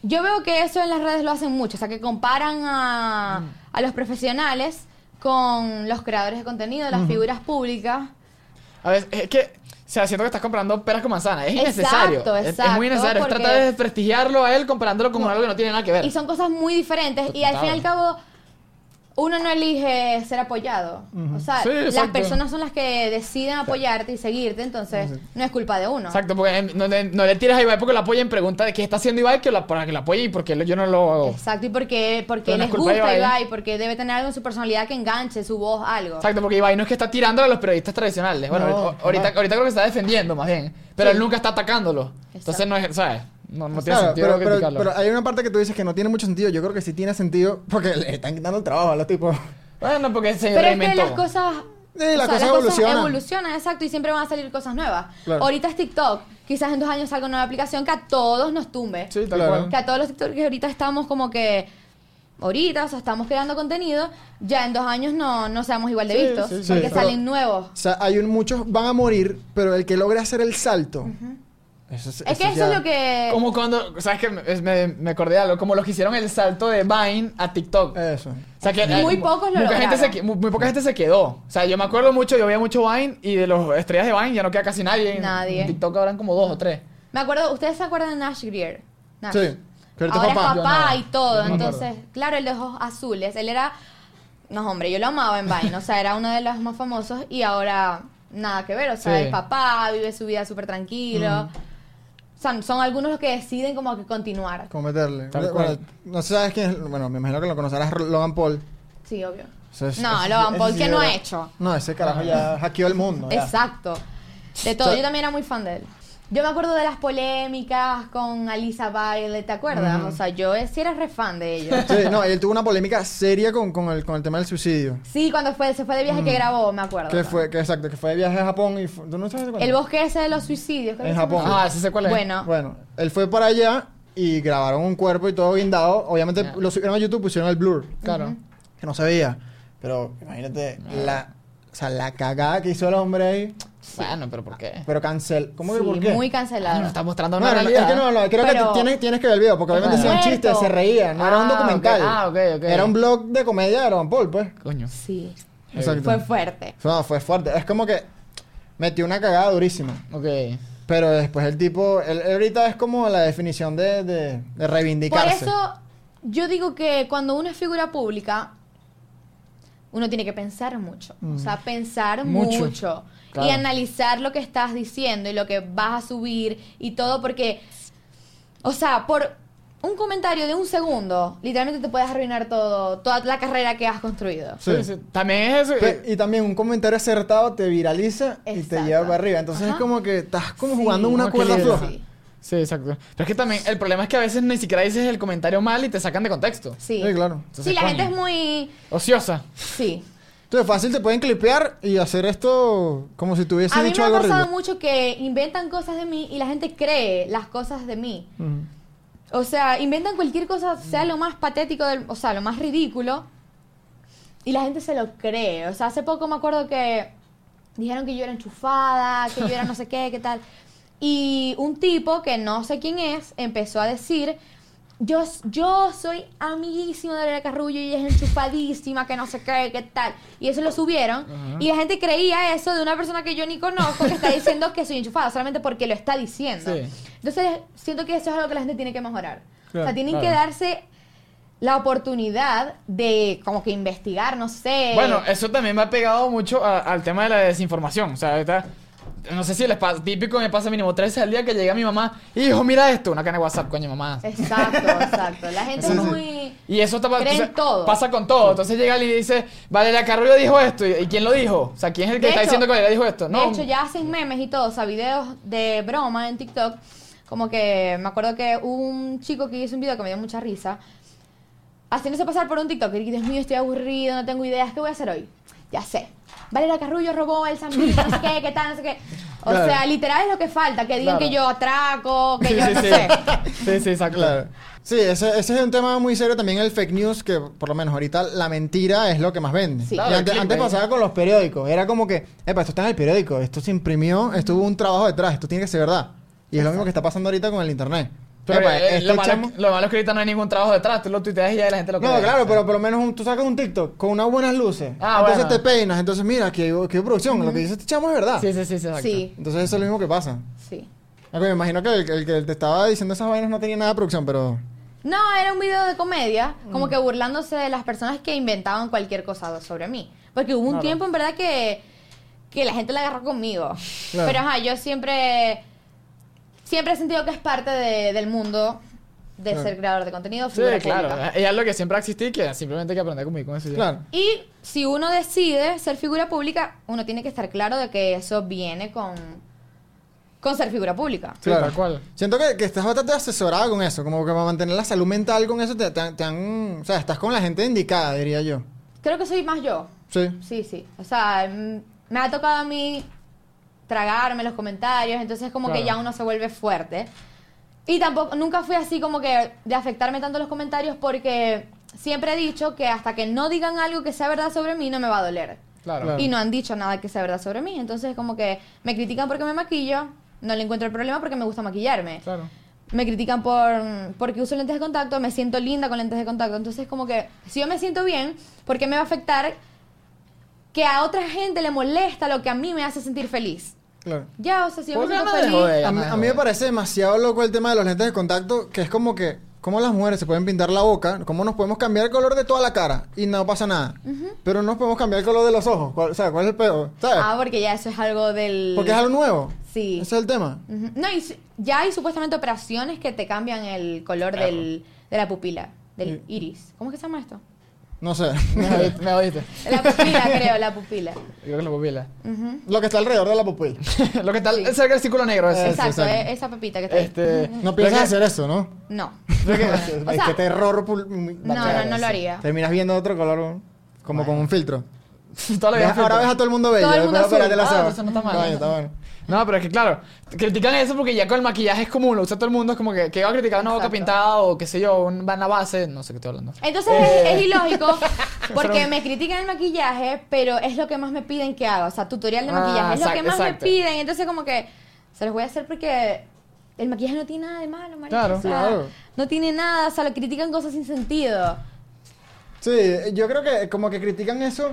S2: yo veo que eso en las redes lo hacen mucho. O sea, que comparan a, a los profesionales con los creadores de contenido, las figuras públicas.
S3: A veces, es que, o sea, siento que estás comparando peras con manzanas. Es
S2: Exacto,
S3: innecesario. Es- Es,
S2: exacto,
S3: muy innecesario.
S2: porque-
S3: Trata de desprestigiarlo a él comparándolo con algo que no tiene nada que ver.
S2: Y son cosas muy diferentes. Y al fin y al cabo, uno no elige ser apoyado. O sea,
S3: Sí,
S2: las
S3: exacto.
S2: personas son las que deciden apoyarte y seguirte, entonces no es culpa de uno.
S3: Exacto, porque em, no, le- no le tiras a Ibai porque lo apoyen. Pregunta de qué está haciendo Ibai que la- para que lo apoye y porque yo no lo hago.
S2: Exacto, y porque, porque
S3: Pero no es
S2: les
S3: culpa de
S2: gusta
S3: Ibai. ¿eh?
S2: Ibai, porque debe tener algo en su personalidad que enganche, su voz, algo.
S3: Exacto, porque Ibai no es que está tirando a los periodistas tradicionales. Bueno,
S1: No,
S3: ahorita, ahorita,
S1: claro.
S3: ahorita creo que se está defendiendo más bien. Pero él nunca está atacándolo.
S2: Exacto.
S3: Entonces no es, ¿sabes? No, no tiene
S1: Claro,
S3: sentido
S1: pero, pero-
S3: criticarlo.
S1: pero ah. hay una parte que tú dices que no tiene mucho sentido. Yo creo que sí tiene sentido porque le están quitando el trabajo a los tipos.
S3: bueno, porque se
S2: Pero es que
S3: reinventó.
S2: las cosas.
S1: Sí, las cosas evolucionan.
S2: evolucionan, exacto, y siempre van a salir cosas nuevas.
S1: Claro.
S2: Ahorita es TikTok, quizás en dos años salga una nueva aplicación que a todos nos tumbe.
S3: Sí, tal
S1: Claro.
S3: cual.
S2: Que a todos los TikTokers ahorita estamos como que. Ahorita, o sea, estamos creando contenido, ya en dos años no, no seamos igual de
S3: Sí,
S2: vistos,
S3: sí,
S1: sí.
S2: porque
S1: Pero-
S2: salen nuevos.
S1: O sea, hay un- muchos van a morir, pero el que logra hacer el salto. eso
S2: Es que eso
S1: ya-
S2: es lo que.
S3: Como cuando, ¿sabes qué? Me- Me, me acordé de algo, como los que hicieron el salto de Vine a TikTok.
S1: Eso.
S3: O sea que
S2: Muy
S3: eh,
S2: pocos lo
S3: mucha gente se,
S2: lograron.
S3: que- muy, muy poca gente se quedó. O sea, yo me acuerdo mucho, yo veía mucho Vine y de los estrellas de Vine ya no queda casi nadie. En-
S2: Nadie.
S3: En TikTok habrán como dos o tres.
S2: Me acuerdo, ¿ustedes se acuerdan de Nash Greer? Nash.
S1: Sí, que ahorita es
S2: Ahora
S1: papá.
S2: es papá
S3: Yo
S2: y
S3: no,
S2: todo.
S3: yo no me
S2: Entonces, claro, el de ojos azules. Él era. No, hombre, yo lo amaba en Vine. O sea, era uno de los más famosos y ahora nada que ver. O sea,
S3: Sí.
S2: es papá, vive su vida súper
S1: Mm.
S2: tranquilo. O sea, son algunos los que deciden como que continuar.
S1: Como meterle.
S3: Tal
S1: Bueno,
S3: cual.
S1: no sé sabes quién es. Bueno, me imagino que lo conocerás, R- Logan Paul.
S2: Sí, obvio.
S1: Eso es-
S2: No,
S1: eso-
S2: Logan
S1: ese
S2: Paul,
S1: sí
S2: ¿qué no
S1: era-
S2: ha hecho?
S1: No, ese carajo ya hackeó el mundo. ya.
S2: Exacto. De todo.
S1: O sea-
S2: yo también era muy fan de él. Yo me acuerdo de las polémicas con Alisa Bailey, ¿te acuerdas? O sea, yo eh, sí era re fan de ella.
S1: Mm. Sí, no, él tuvo una polémica seria con, con el, con el tema del suicidio.
S2: Sí, cuando fue, se fue de viaje que grabó, me acuerdo.
S1: Que Mm. fue, que exacto, que fue de viaje a Japón y fue- ¿tú no sabes de cuándo?
S2: El bosque ese de los suicidios. creo
S1: En
S2: que se
S1: Japón.
S2: llama.
S3: Ah, sí sé cuál es.
S2: Bueno,
S1: Bueno, él fue para allá y grabaron un cuerpo y todo guindado. Obviamente
S3: Ya.
S1: lo subieron a YouTube, pusieron el blur,
S3: Claro.
S1: que no se veía. Pero imagínate la, o sea, la cagada que hizo el hombre ahí.
S3: Bueno, pero ¿por qué?
S1: Pero cancel. ¿Cómo que
S2: sí,
S1: por qué?
S2: muy
S3: Ah,
S2: cancelado.
S3: Nos está mostrando
S1: no,
S3: una
S1: no, no,
S3: realidad.
S1: es que no, no, creo
S2: Pero-
S1: que tienes, tienes que ver el video, porque obviamente hacían
S2: Muerto.
S1: chistes, se reían, no era un
S3: Ah, ok,
S1: documental.
S3: ah, ok, ok.
S1: Era un blog de comedia de Aaron Paul, pues.
S3: Coño.
S2: Sí,
S1: Exacto.
S2: fue fuerte.
S1: No, fue fuerte. Es como que metió una cagada durísima.
S3: Ok.
S1: Pero después el tipo, él, él ahorita es como la definición de, de, de
S2: Por
S1: reivindicarse.
S2: eso yo digo que cuando uno es figura pública, uno tiene que pensar mucho.
S1: Mm.
S2: O sea, pensar
S3: Mucho.
S2: mucho.
S3: Claro.
S2: Y analizar lo que estás diciendo y lo que vas a subir y todo, porque, o sea, por un comentario de un segundo, literalmente te puedes arruinar todo, toda la carrera que has construido.
S1: Sí.
S3: Sí, sí. También es eso. eh,
S1: Pe- Y también un comentario acertado te viraliza y te
S2: Exacto.
S1: lleva para arriba. Entonces es
S2: Ajá.
S1: como que estás como
S2: Sí.
S1: jugando una
S3: Como que
S1: cuerda
S3: le-
S1: floja.
S2: Sí.
S3: Sí, exacto. Pero es que también el problema es que a veces ni siquiera dices el comentario mal y te sacan de contexto.
S2: Sí.
S1: Sí, claro.
S3: Entonces,
S2: sí, la
S3: coño.
S2: gente es muy...
S3: Ociosa.
S2: Sí.
S1: Entonces fácil te pueden clipear y hacer esto como si tuviese
S2: A mí
S1: dicho
S2: me ha
S1: algo
S2: pasado
S1: horrible.
S2: mucho que inventan cosas de mí y la gente cree las cosas de mí.
S1: Ujú.
S2: O sea, inventan cualquier cosa, sea lo más patético, del- o sea, lo más ridículo. Y la gente se lo cree. O sea, hace poco me acuerdo que dijeron que yo era enchufada, que yo era no sé qué, qué tal. Y un tipo que no sé quién es empezó a decir, yo, yo soy amiguísima de Lorena Carrullo y ella es enchufadísima, que no sé qué, qué tal. Y eso lo subieron. Y la gente creía eso de una persona que yo ni conozco que está diciendo que soy enchufada solamente porque lo está diciendo.
S3: Sí.
S2: Entonces siento que eso es algo que la gente tiene que mejorar. o
S1: Claro,
S2: sea, tienen
S3: claro.
S2: que darse la oportunidad de como que investigar, no sé.
S3: Bueno, eso también me ha pegado mucho a- al tema de la desinformación. O sea, ahorita, no sé si les pasa, típico me pasa mínimo tres al día que llega mi mamá, hijo, mira esto, una cana de WhatsApp, coño, mamá.
S2: Eh, Exacto, exacto. La gente
S1: Sí,
S2: es
S1: sí.
S2: muy...
S3: Y eso está, pa-
S2: Creen
S3: o sea,
S2: todo.
S3: pasa con todo. Entonces llega alguien y dice, Valeria Carrillo dijo esto. ¿Y y quién lo dijo? O sea, ¿quién es el que
S2: De
S3: está
S2: hecho-
S3: diciendo que Valeria dijo esto? No.
S2: De hecho, ya hacen memes y todo, o sea, videos de broma en TikTok. Como que me acuerdo que hubo un chico que hizo un video que me dio mucha risa, haciéndose pasar por un TikTok. Y Dios mío, estoy aburrido, no tengo ideas, ¿qué voy a hacer hoy? Ya sé. Valeria Carrullo robó el sandwich, no sé qué, qué tal, no sé qué. O
S1: Claro.
S2: sea, literal es lo que falta, que digan
S3: Claro.
S2: que yo atraco, que
S3: Sí,
S2: yo
S3: sí,
S2: no
S3: sí.
S2: sé.
S3: Sí, sí, exacto.
S1: Claro. Sí, ese, ese es un tema muy serio también el fake news, que por lo menos ahorita la mentira es lo que más vende.
S2: Sí.
S1: Y
S3: Claro,
S1: antes,
S3: clickbait.
S1: antes pasaba con los periódicos, era como que, epa, esto está en el periódico, esto se imprimió, esto hubo un trabajo detrás, esto tiene que ser verdad. Y es lo mismo que está pasando ahorita con el internet.
S3: Pero
S1: Epa,
S3: eh,
S1: este
S3: lo, malo,
S1: chamo-
S3: lo malo es que ahorita no hay ningún trabajo detrás. Tú lo tuiteas y ya la gente lo
S1: No,
S3: cree.
S1: claro, pero por lo menos un- tú sacas un TikTok con unas buenas luces.
S3: Ah,
S1: entonces te
S3: bueno.
S1: peinas, entonces mira, que que producción, lo que dice este chamo es verdad.
S3: Sí, sí, sí, sí, exacto.
S2: Sí,
S1: Entonces eso es lo mismo que pasa.
S2: sí.
S1: Ah, coño, Me imagino que el, el que te estaba diciendo esas vainas no tenía nada de producción, pero...
S2: No, era un video de comedia,
S3: Mm.
S2: como que burlándose de las personas que inventaban cualquier cosa sobre mí. Porque hubo un
S3: Claro.
S2: tiempo, en verdad, que, que la gente la agarró conmigo.
S1: Claro.
S2: Pero ajá, yo siempre, siempre he sentido que es parte de- del mundo de
S1: Claro.
S2: ser creador de contenido,
S3: Sí,
S2: figura
S3: claro. eh.
S2: pública.
S3: Ella es lo que siempre ha existido y que simplemente hay que aprender a convivir con eso. y ya.
S1: Claro.
S2: Y si uno decide ser figura pública, uno tiene que estar claro de que eso viene con, con ser figura pública.
S3: Sí, tal cual.
S1: Siento que, que estás bastante asesorada con eso, como que para mantener la salud mental con eso te, te han- te han... O sea, estás con la gente indicada, diría yo.
S2: Creo que soy más yo.
S1: Sí.
S2: Sí, sí. O sea, mm, me ha tocado a mí tragarme los comentarios, entonces como que
S3: Claro.
S2: ya uno se vuelve fuerte. Y tampoco, nunca fui así como que de afectarme tanto los comentarios porque siempre he dicho que hasta que no digan algo que sea verdad sobre mí no me va a doler.
S3: Claro.
S1: Claro.
S2: Y no han dicho nada que sea verdad sobre mí, entonces como que me critican porque me maquillo, no le encuentro el problema porque me gusta maquillarme.
S3: Claro.
S2: Me critican por porque uso lentes de contacto, me siento linda con lentes de contacto. Entonces, como que si yo me siento bien, ¿por qué me va a afectar que a otra gente le molesta lo que a mí me hace sentir feliz?
S1: Claro.
S2: Ya, o sea, si yo me
S3: Porque
S2: siento
S3: no me
S2: feliz.
S3: jode.
S1: A mí, a mí me parece demasiado loco el tema de los lentes de contacto, que es como que... Cómo las mujeres se pueden pintar la boca, cómo nos podemos cambiar el color de toda la cara y no pasa nada. Pero no nos podemos cambiar el color de los ojos. ¿Cuál- o sea, ¿cuál es el peor? ¿Sabes?
S2: Ah, porque ya eso es algo del.
S1: Porque es algo nuevo.
S2: Sí.
S1: Ese es el tema.
S2: Ujú. No, y su- ya hay supuestamente operaciones que te cambian el color del, de la pupila, del
S1: Sí.
S2: iris. ¿Cómo es que se llama esto?
S1: No sé.
S3: Me jodiste. Me jodiste.
S2: La pupila, creo, la pupila.
S3: Creo que lo pupila.
S2: Ujú.
S1: Lo que está alrededor de la pupila.
S3: lo que está
S2: Sí.
S3: cerca del círculo negro ese.
S1: Eso,
S2: Exacto,
S1: exacto.
S2: e- esa pepita que está ahí.
S3: Este.
S1: No piensas
S3: lo
S1: hacer eso, ¿no?
S2: No.
S3: que- lo que-
S1: Es
S2: O sea-
S1: que terror. pul-
S2: No, no, no lo haría.
S1: Terminas viendo otro color como con un filtro.
S3: Toda la vida
S1: Ve- ahora
S3: filtro.
S1: ves a todo el mundo bello.
S2: Todo el
S1: después
S2: mundo azul.
S1: operarte la
S3: Ah,
S1: ceba.
S3: pero eso no está mal.
S1: Coño, está bueno.
S3: No, pero es que claro, critican eso porque ya con el maquillaje es común, lo usa todo el mundo, es como que, que va a criticar una boca
S2: Exacto.
S3: pintada o qué sé yo, un- una base, no sé qué estoy hablando.
S2: Entonces
S3: Eh.
S2: es, es ilógico porque
S3: Pero-
S2: me critican el maquillaje, pero es lo que más me piden que haga. O sea, tutorial de
S3: Ah,
S2: maquillaje es lo
S3: exacto,
S2: que más
S3: exacto.
S2: me piden. Entonces como que se los voy a hacer porque el maquillaje no tiene nada de malo, marica.
S3: Claro,
S2: o sea,
S1: claro.
S2: No tiene nada, o sea, lo critican cosas sin sentido.
S1: Sí, yo creo que como que critican eso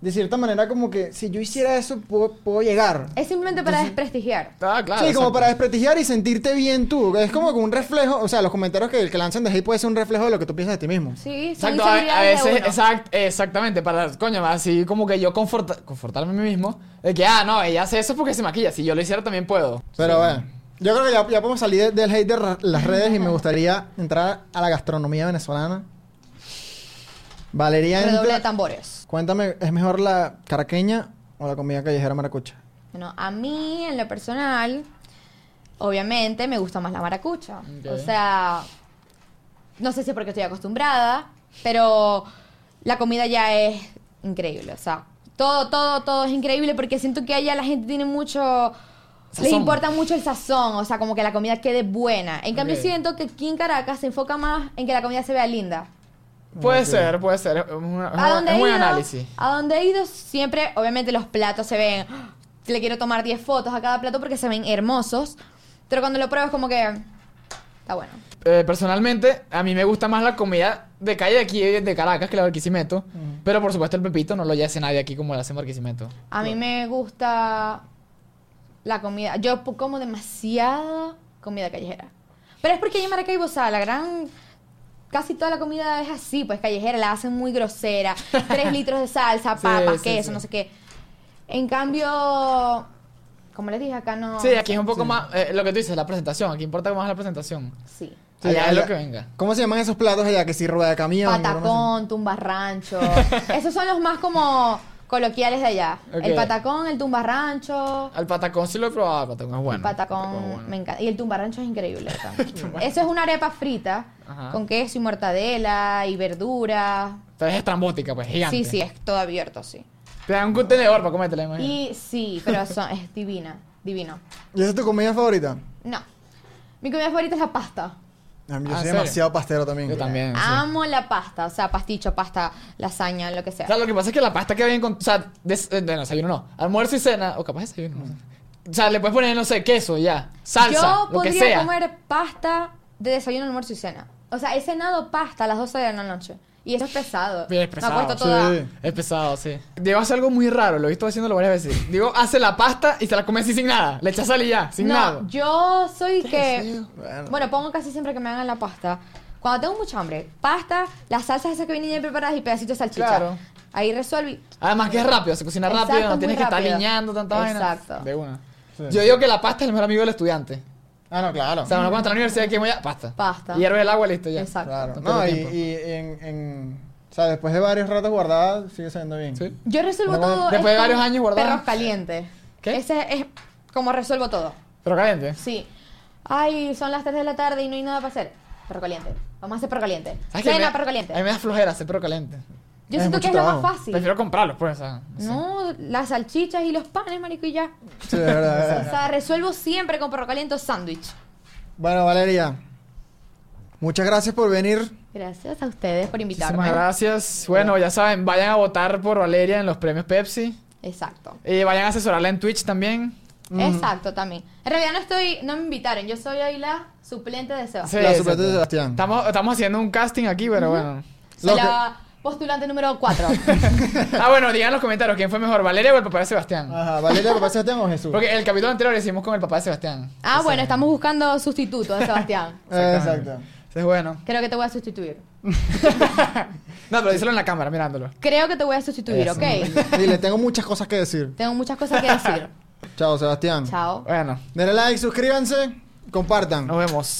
S1: de cierta manera como que si yo hiciera eso puedo, puedo llegar.
S2: Es simplemente para desprestigiar.
S3: Ah, claro.
S1: sí, como
S3: exacto.
S1: para desprestigiar y sentirte bien tú. Es como un reflejo, o sea, los comentarios que, que lanzan de hate puede ser un reflejo de lo que tú piensas de ti mismo.
S2: Sí, son
S3: Exacto, a, a
S2: inseguridades de
S3: veces,
S2: uno.
S3: exact- exactamente, para, coño, así como que yo conforta- confortarme a mí mismo, de que, ah, no, ella hace eso porque se maquilla, si yo lo hiciera también puedo.
S1: Pero bueno, yo creo que ya, ya podemos salir de- del hate de ra- las redes y me gustaría entrar a la gastronomía venezolana. Valeria,
S2: Redoble
S1: entra-
S2: de tambores.
S1: cuéntame, ¿es mejor la caraqueña o la comida callejera maracucha?
S2: Bueno, a mí, en lo personal, obviamente me gusta más la maracucha.
S3: Ok.
S2: O sea, no sé si es porque estoy acostumbrada, pero la comida ya es increíble. O sea, todo, todo, todo es increíble porque siento que allá la gente tiene mucho... Les
S3: Sazón.
S2: importa mucho el sazón, o sea, como que la comida quede buena. En cambio,
S3: Ok.
S2: siento que aquí en Caracas se enfoca más en que la comida se vea linda.
S3: Puede
S1: Ok.
S3: ser, puede ser, es, una- es
S2: ¿A
S3: un-
S2: dónde
S3: es
S2: he
S3: un
S2: ido?
S3: análisis.
S2: A dónde he ido siempre, obviamente los platos se ven. ¡Ah! Le quiero tomar 10 fotos a cada plato porque se ven hermosos. Pero cuando lo pruebas como que está bueno.
S3: Eh, personalmente, a mí me gusta más la comida de calle de aquí, de Caracas, que la de Barquisimeto, pero por supuesto el pepito no lo hace nadie aquí como lo hace en Barquisimeto.
S2: A mí me gusta la comida. Yo po- como demasiada comida callejera. Pero es porque allá en Maracaibo, o sea, la gran... Casi toda la comida es así, pues callejera, la hacen muy grosera. Tres litros de salsa,
S3: Sí,
S2: papas,
S3: sí,
S2: queso,
S3: sí.
S2: no sé qué. En cambio, como les dije, acá no...
S3: Sí, aquí es un poco más, eh, lo que tú dices, la presentación, aquí importa más la presentación.
S2: Sí.
S3: Sí, allá es lo que venga.
S1: ¿Cómo se llaman esos platos allá? Que si rueda de camión. broma
S2: Patacón, tumbarrancho. Esos son los más como coloquiales de allá. El
S3: Ok.
S2: patacón, el tumbarrancho.
S3: Al patacón sí lo he probado, el patacón es bueno.
S2: El patacón
S3: El es bueno.
S2: me encanta. Y el tumbarrancho es increíble. acá. Eso es una arepa frita
S3: Ajá.
S2: con queso y mortadela y verdura.
S3: Pero es estrambótica, pues, gigante.
S2: Sí, sí, es todo abierto, sí.
S3: Te dan un contenedor para comértela, imagino.
S2: Y sí, pero son- es divina, divino.
S1: así. ¿Y esa es tu comida favorita?
S2: No. Mi comida favorita es la pasta.
S1: A mí yo soy
S3: Ah, ¿en serio?
S1: demasiado pastero también.
S3: Yo también. sí.
S2: Amo la pasta, o sea, pasticho, pasta, lasaña, lo que sea.
S3: O sea, lo que pasa es que la pasta que bien con. O sea, des- eh, bueno, desayuno no. Almuerzo y cena. O capaz desayuno. no sé. O sea, le puedes poner, no sé, queso y ya. Salsa.
S2: Yo
S3: lo que
S2: podría
S3: sea.
S2: comer pasta de desayuno, almuerzo y cena. O sea, he cenado pasta a las 12 de la noche. Y eso es pesado.
S3: Bien, es pesado,
S2: Me acuesto toda.
S1: sí.
S3: Es pesado, sí. Diego hace algo muy raro, lo he visto haciéndolo varias veces. Diego hace la pasta y se la come así sin nada. Le echa sal y ya, sin
S2: no,
S3: nada.
S2: yo soy que.
S1: feo. Bueno.
S2: Bueno, pongo casi siempre que me hagan la pasta. Cuando tengo mucha hambre, pasta, las salsas esas que vienen ya preparadas y pedacitos de salchicha.
S3: Claro.
S2: Ahí resuelví.
S3: Además que es rápido, se cocina rápido,
S2: Exacto,
S3: no tienes
S2: muy
S3: que estar
S2: rápido.
S3: liñando tanta vaina.
S2: Exacto.
S3: De una.
S1: Sí.
S3: Yo digo que la pasta es el mejor amigo del estudiante.
S1: Ah, no, claro.
S3: O sea, uno cuando está en la universidad, ¿qué voy a...? Pasta.
S2: Pasta.
S3: Y hierves el agua, listo ya.
S2: Exacto.
S1: Claro.
S3: Tanto
S1: No, y,
S3: tiempo.
S1: y en, en- O sea, después de varios ratos guardadas, sigue saliendo bien.
S3: Sí.
S2: Yo resuelvo
S1: Bueno,
S2: todo.
S3: después
S2: es
S3: de
S2: con
S3: varios años guardado.
S2: Perros calientes.
S3: ¿Qué?
S2: Ese es como resuelvo todo.
S3: Pero caliente.
S2: Sí. Ay, son las 3 de la tarde y no hay nada para hacer. Perro caliente. Vamos a hacer perro caliente.
S3: ¿Sabes qué?
S2: Cena,
S3: Me-
S2: perro
S3: A mí
S2: caliente.
S3: me da flojera hacer perro caliente.
S2: Yo
S1: Es
S2: siento que
S1: mucho
S2: es lo más
S1: trabajo.
S2: fácil.
S3: Prefiero comprarlos, pues. o sea, no sé.
S2: No, las salchichas y los panes, marico, y ya.
S1: Sí, de verdad, de
S3: Ah.
S2: O
S1: verdad.
S2: sea, resuelvo siempre con perro caliente o sándwich.
S1: Bueno, Valeria. Muchas gracias por venir.
S2: Gracias a ustedes por invitarme.
S3: Muchísimas gracias. Bueno, ya saben, vayan a votar por Valeria en los premios Pepsi.
S2: Exacto.
S3: Y vayan a asesorarla en Twitch también.
S2: Exacto, también. En realidad no estoy, no me invitaron. Yo soy ahí la suplente de Sebastián.
S3: Sí,
S1: la
S3: sí,
S1: suplente de
S3: sí.
S1: Sebastián.
S3: Estamos, estamos haciendo un casting aquí, pero bueno.
S2: Soy
S1: Lo
S2: la postulante número 4.
S3: Ah, bueno, digan en los comentarios quién fue mejor, Valeria o el papá de Sebastián.
S1: Ajá, Valeria, ¿qué pasa Sebastián o Jesús?
S3: Porque el capítulo anterior lo hicimos con el papá de Sebastián.
S2: ah, bueno, estamos buscando sustituto de Sebastián.
S1: Eh,
S3: Exactamente.
S1: Exacto.
S3: Eso es bueno.
S2: Creo que te voy a sustituir.
S3: No, pero díselo en la cámara, mirándolo.
S2: Creo que te voy a sustituir,
S3: Eso.
S2: ¿ok?
S1: Y le tengo muchas cosas que decir.
S2: Tengo muchas cosas que decir.
S1: Chao, Sebastián.
S2: Chao.
S3: Bueno,
S1: Denle like, suscríbanse, compartan.
S3: nos vemos.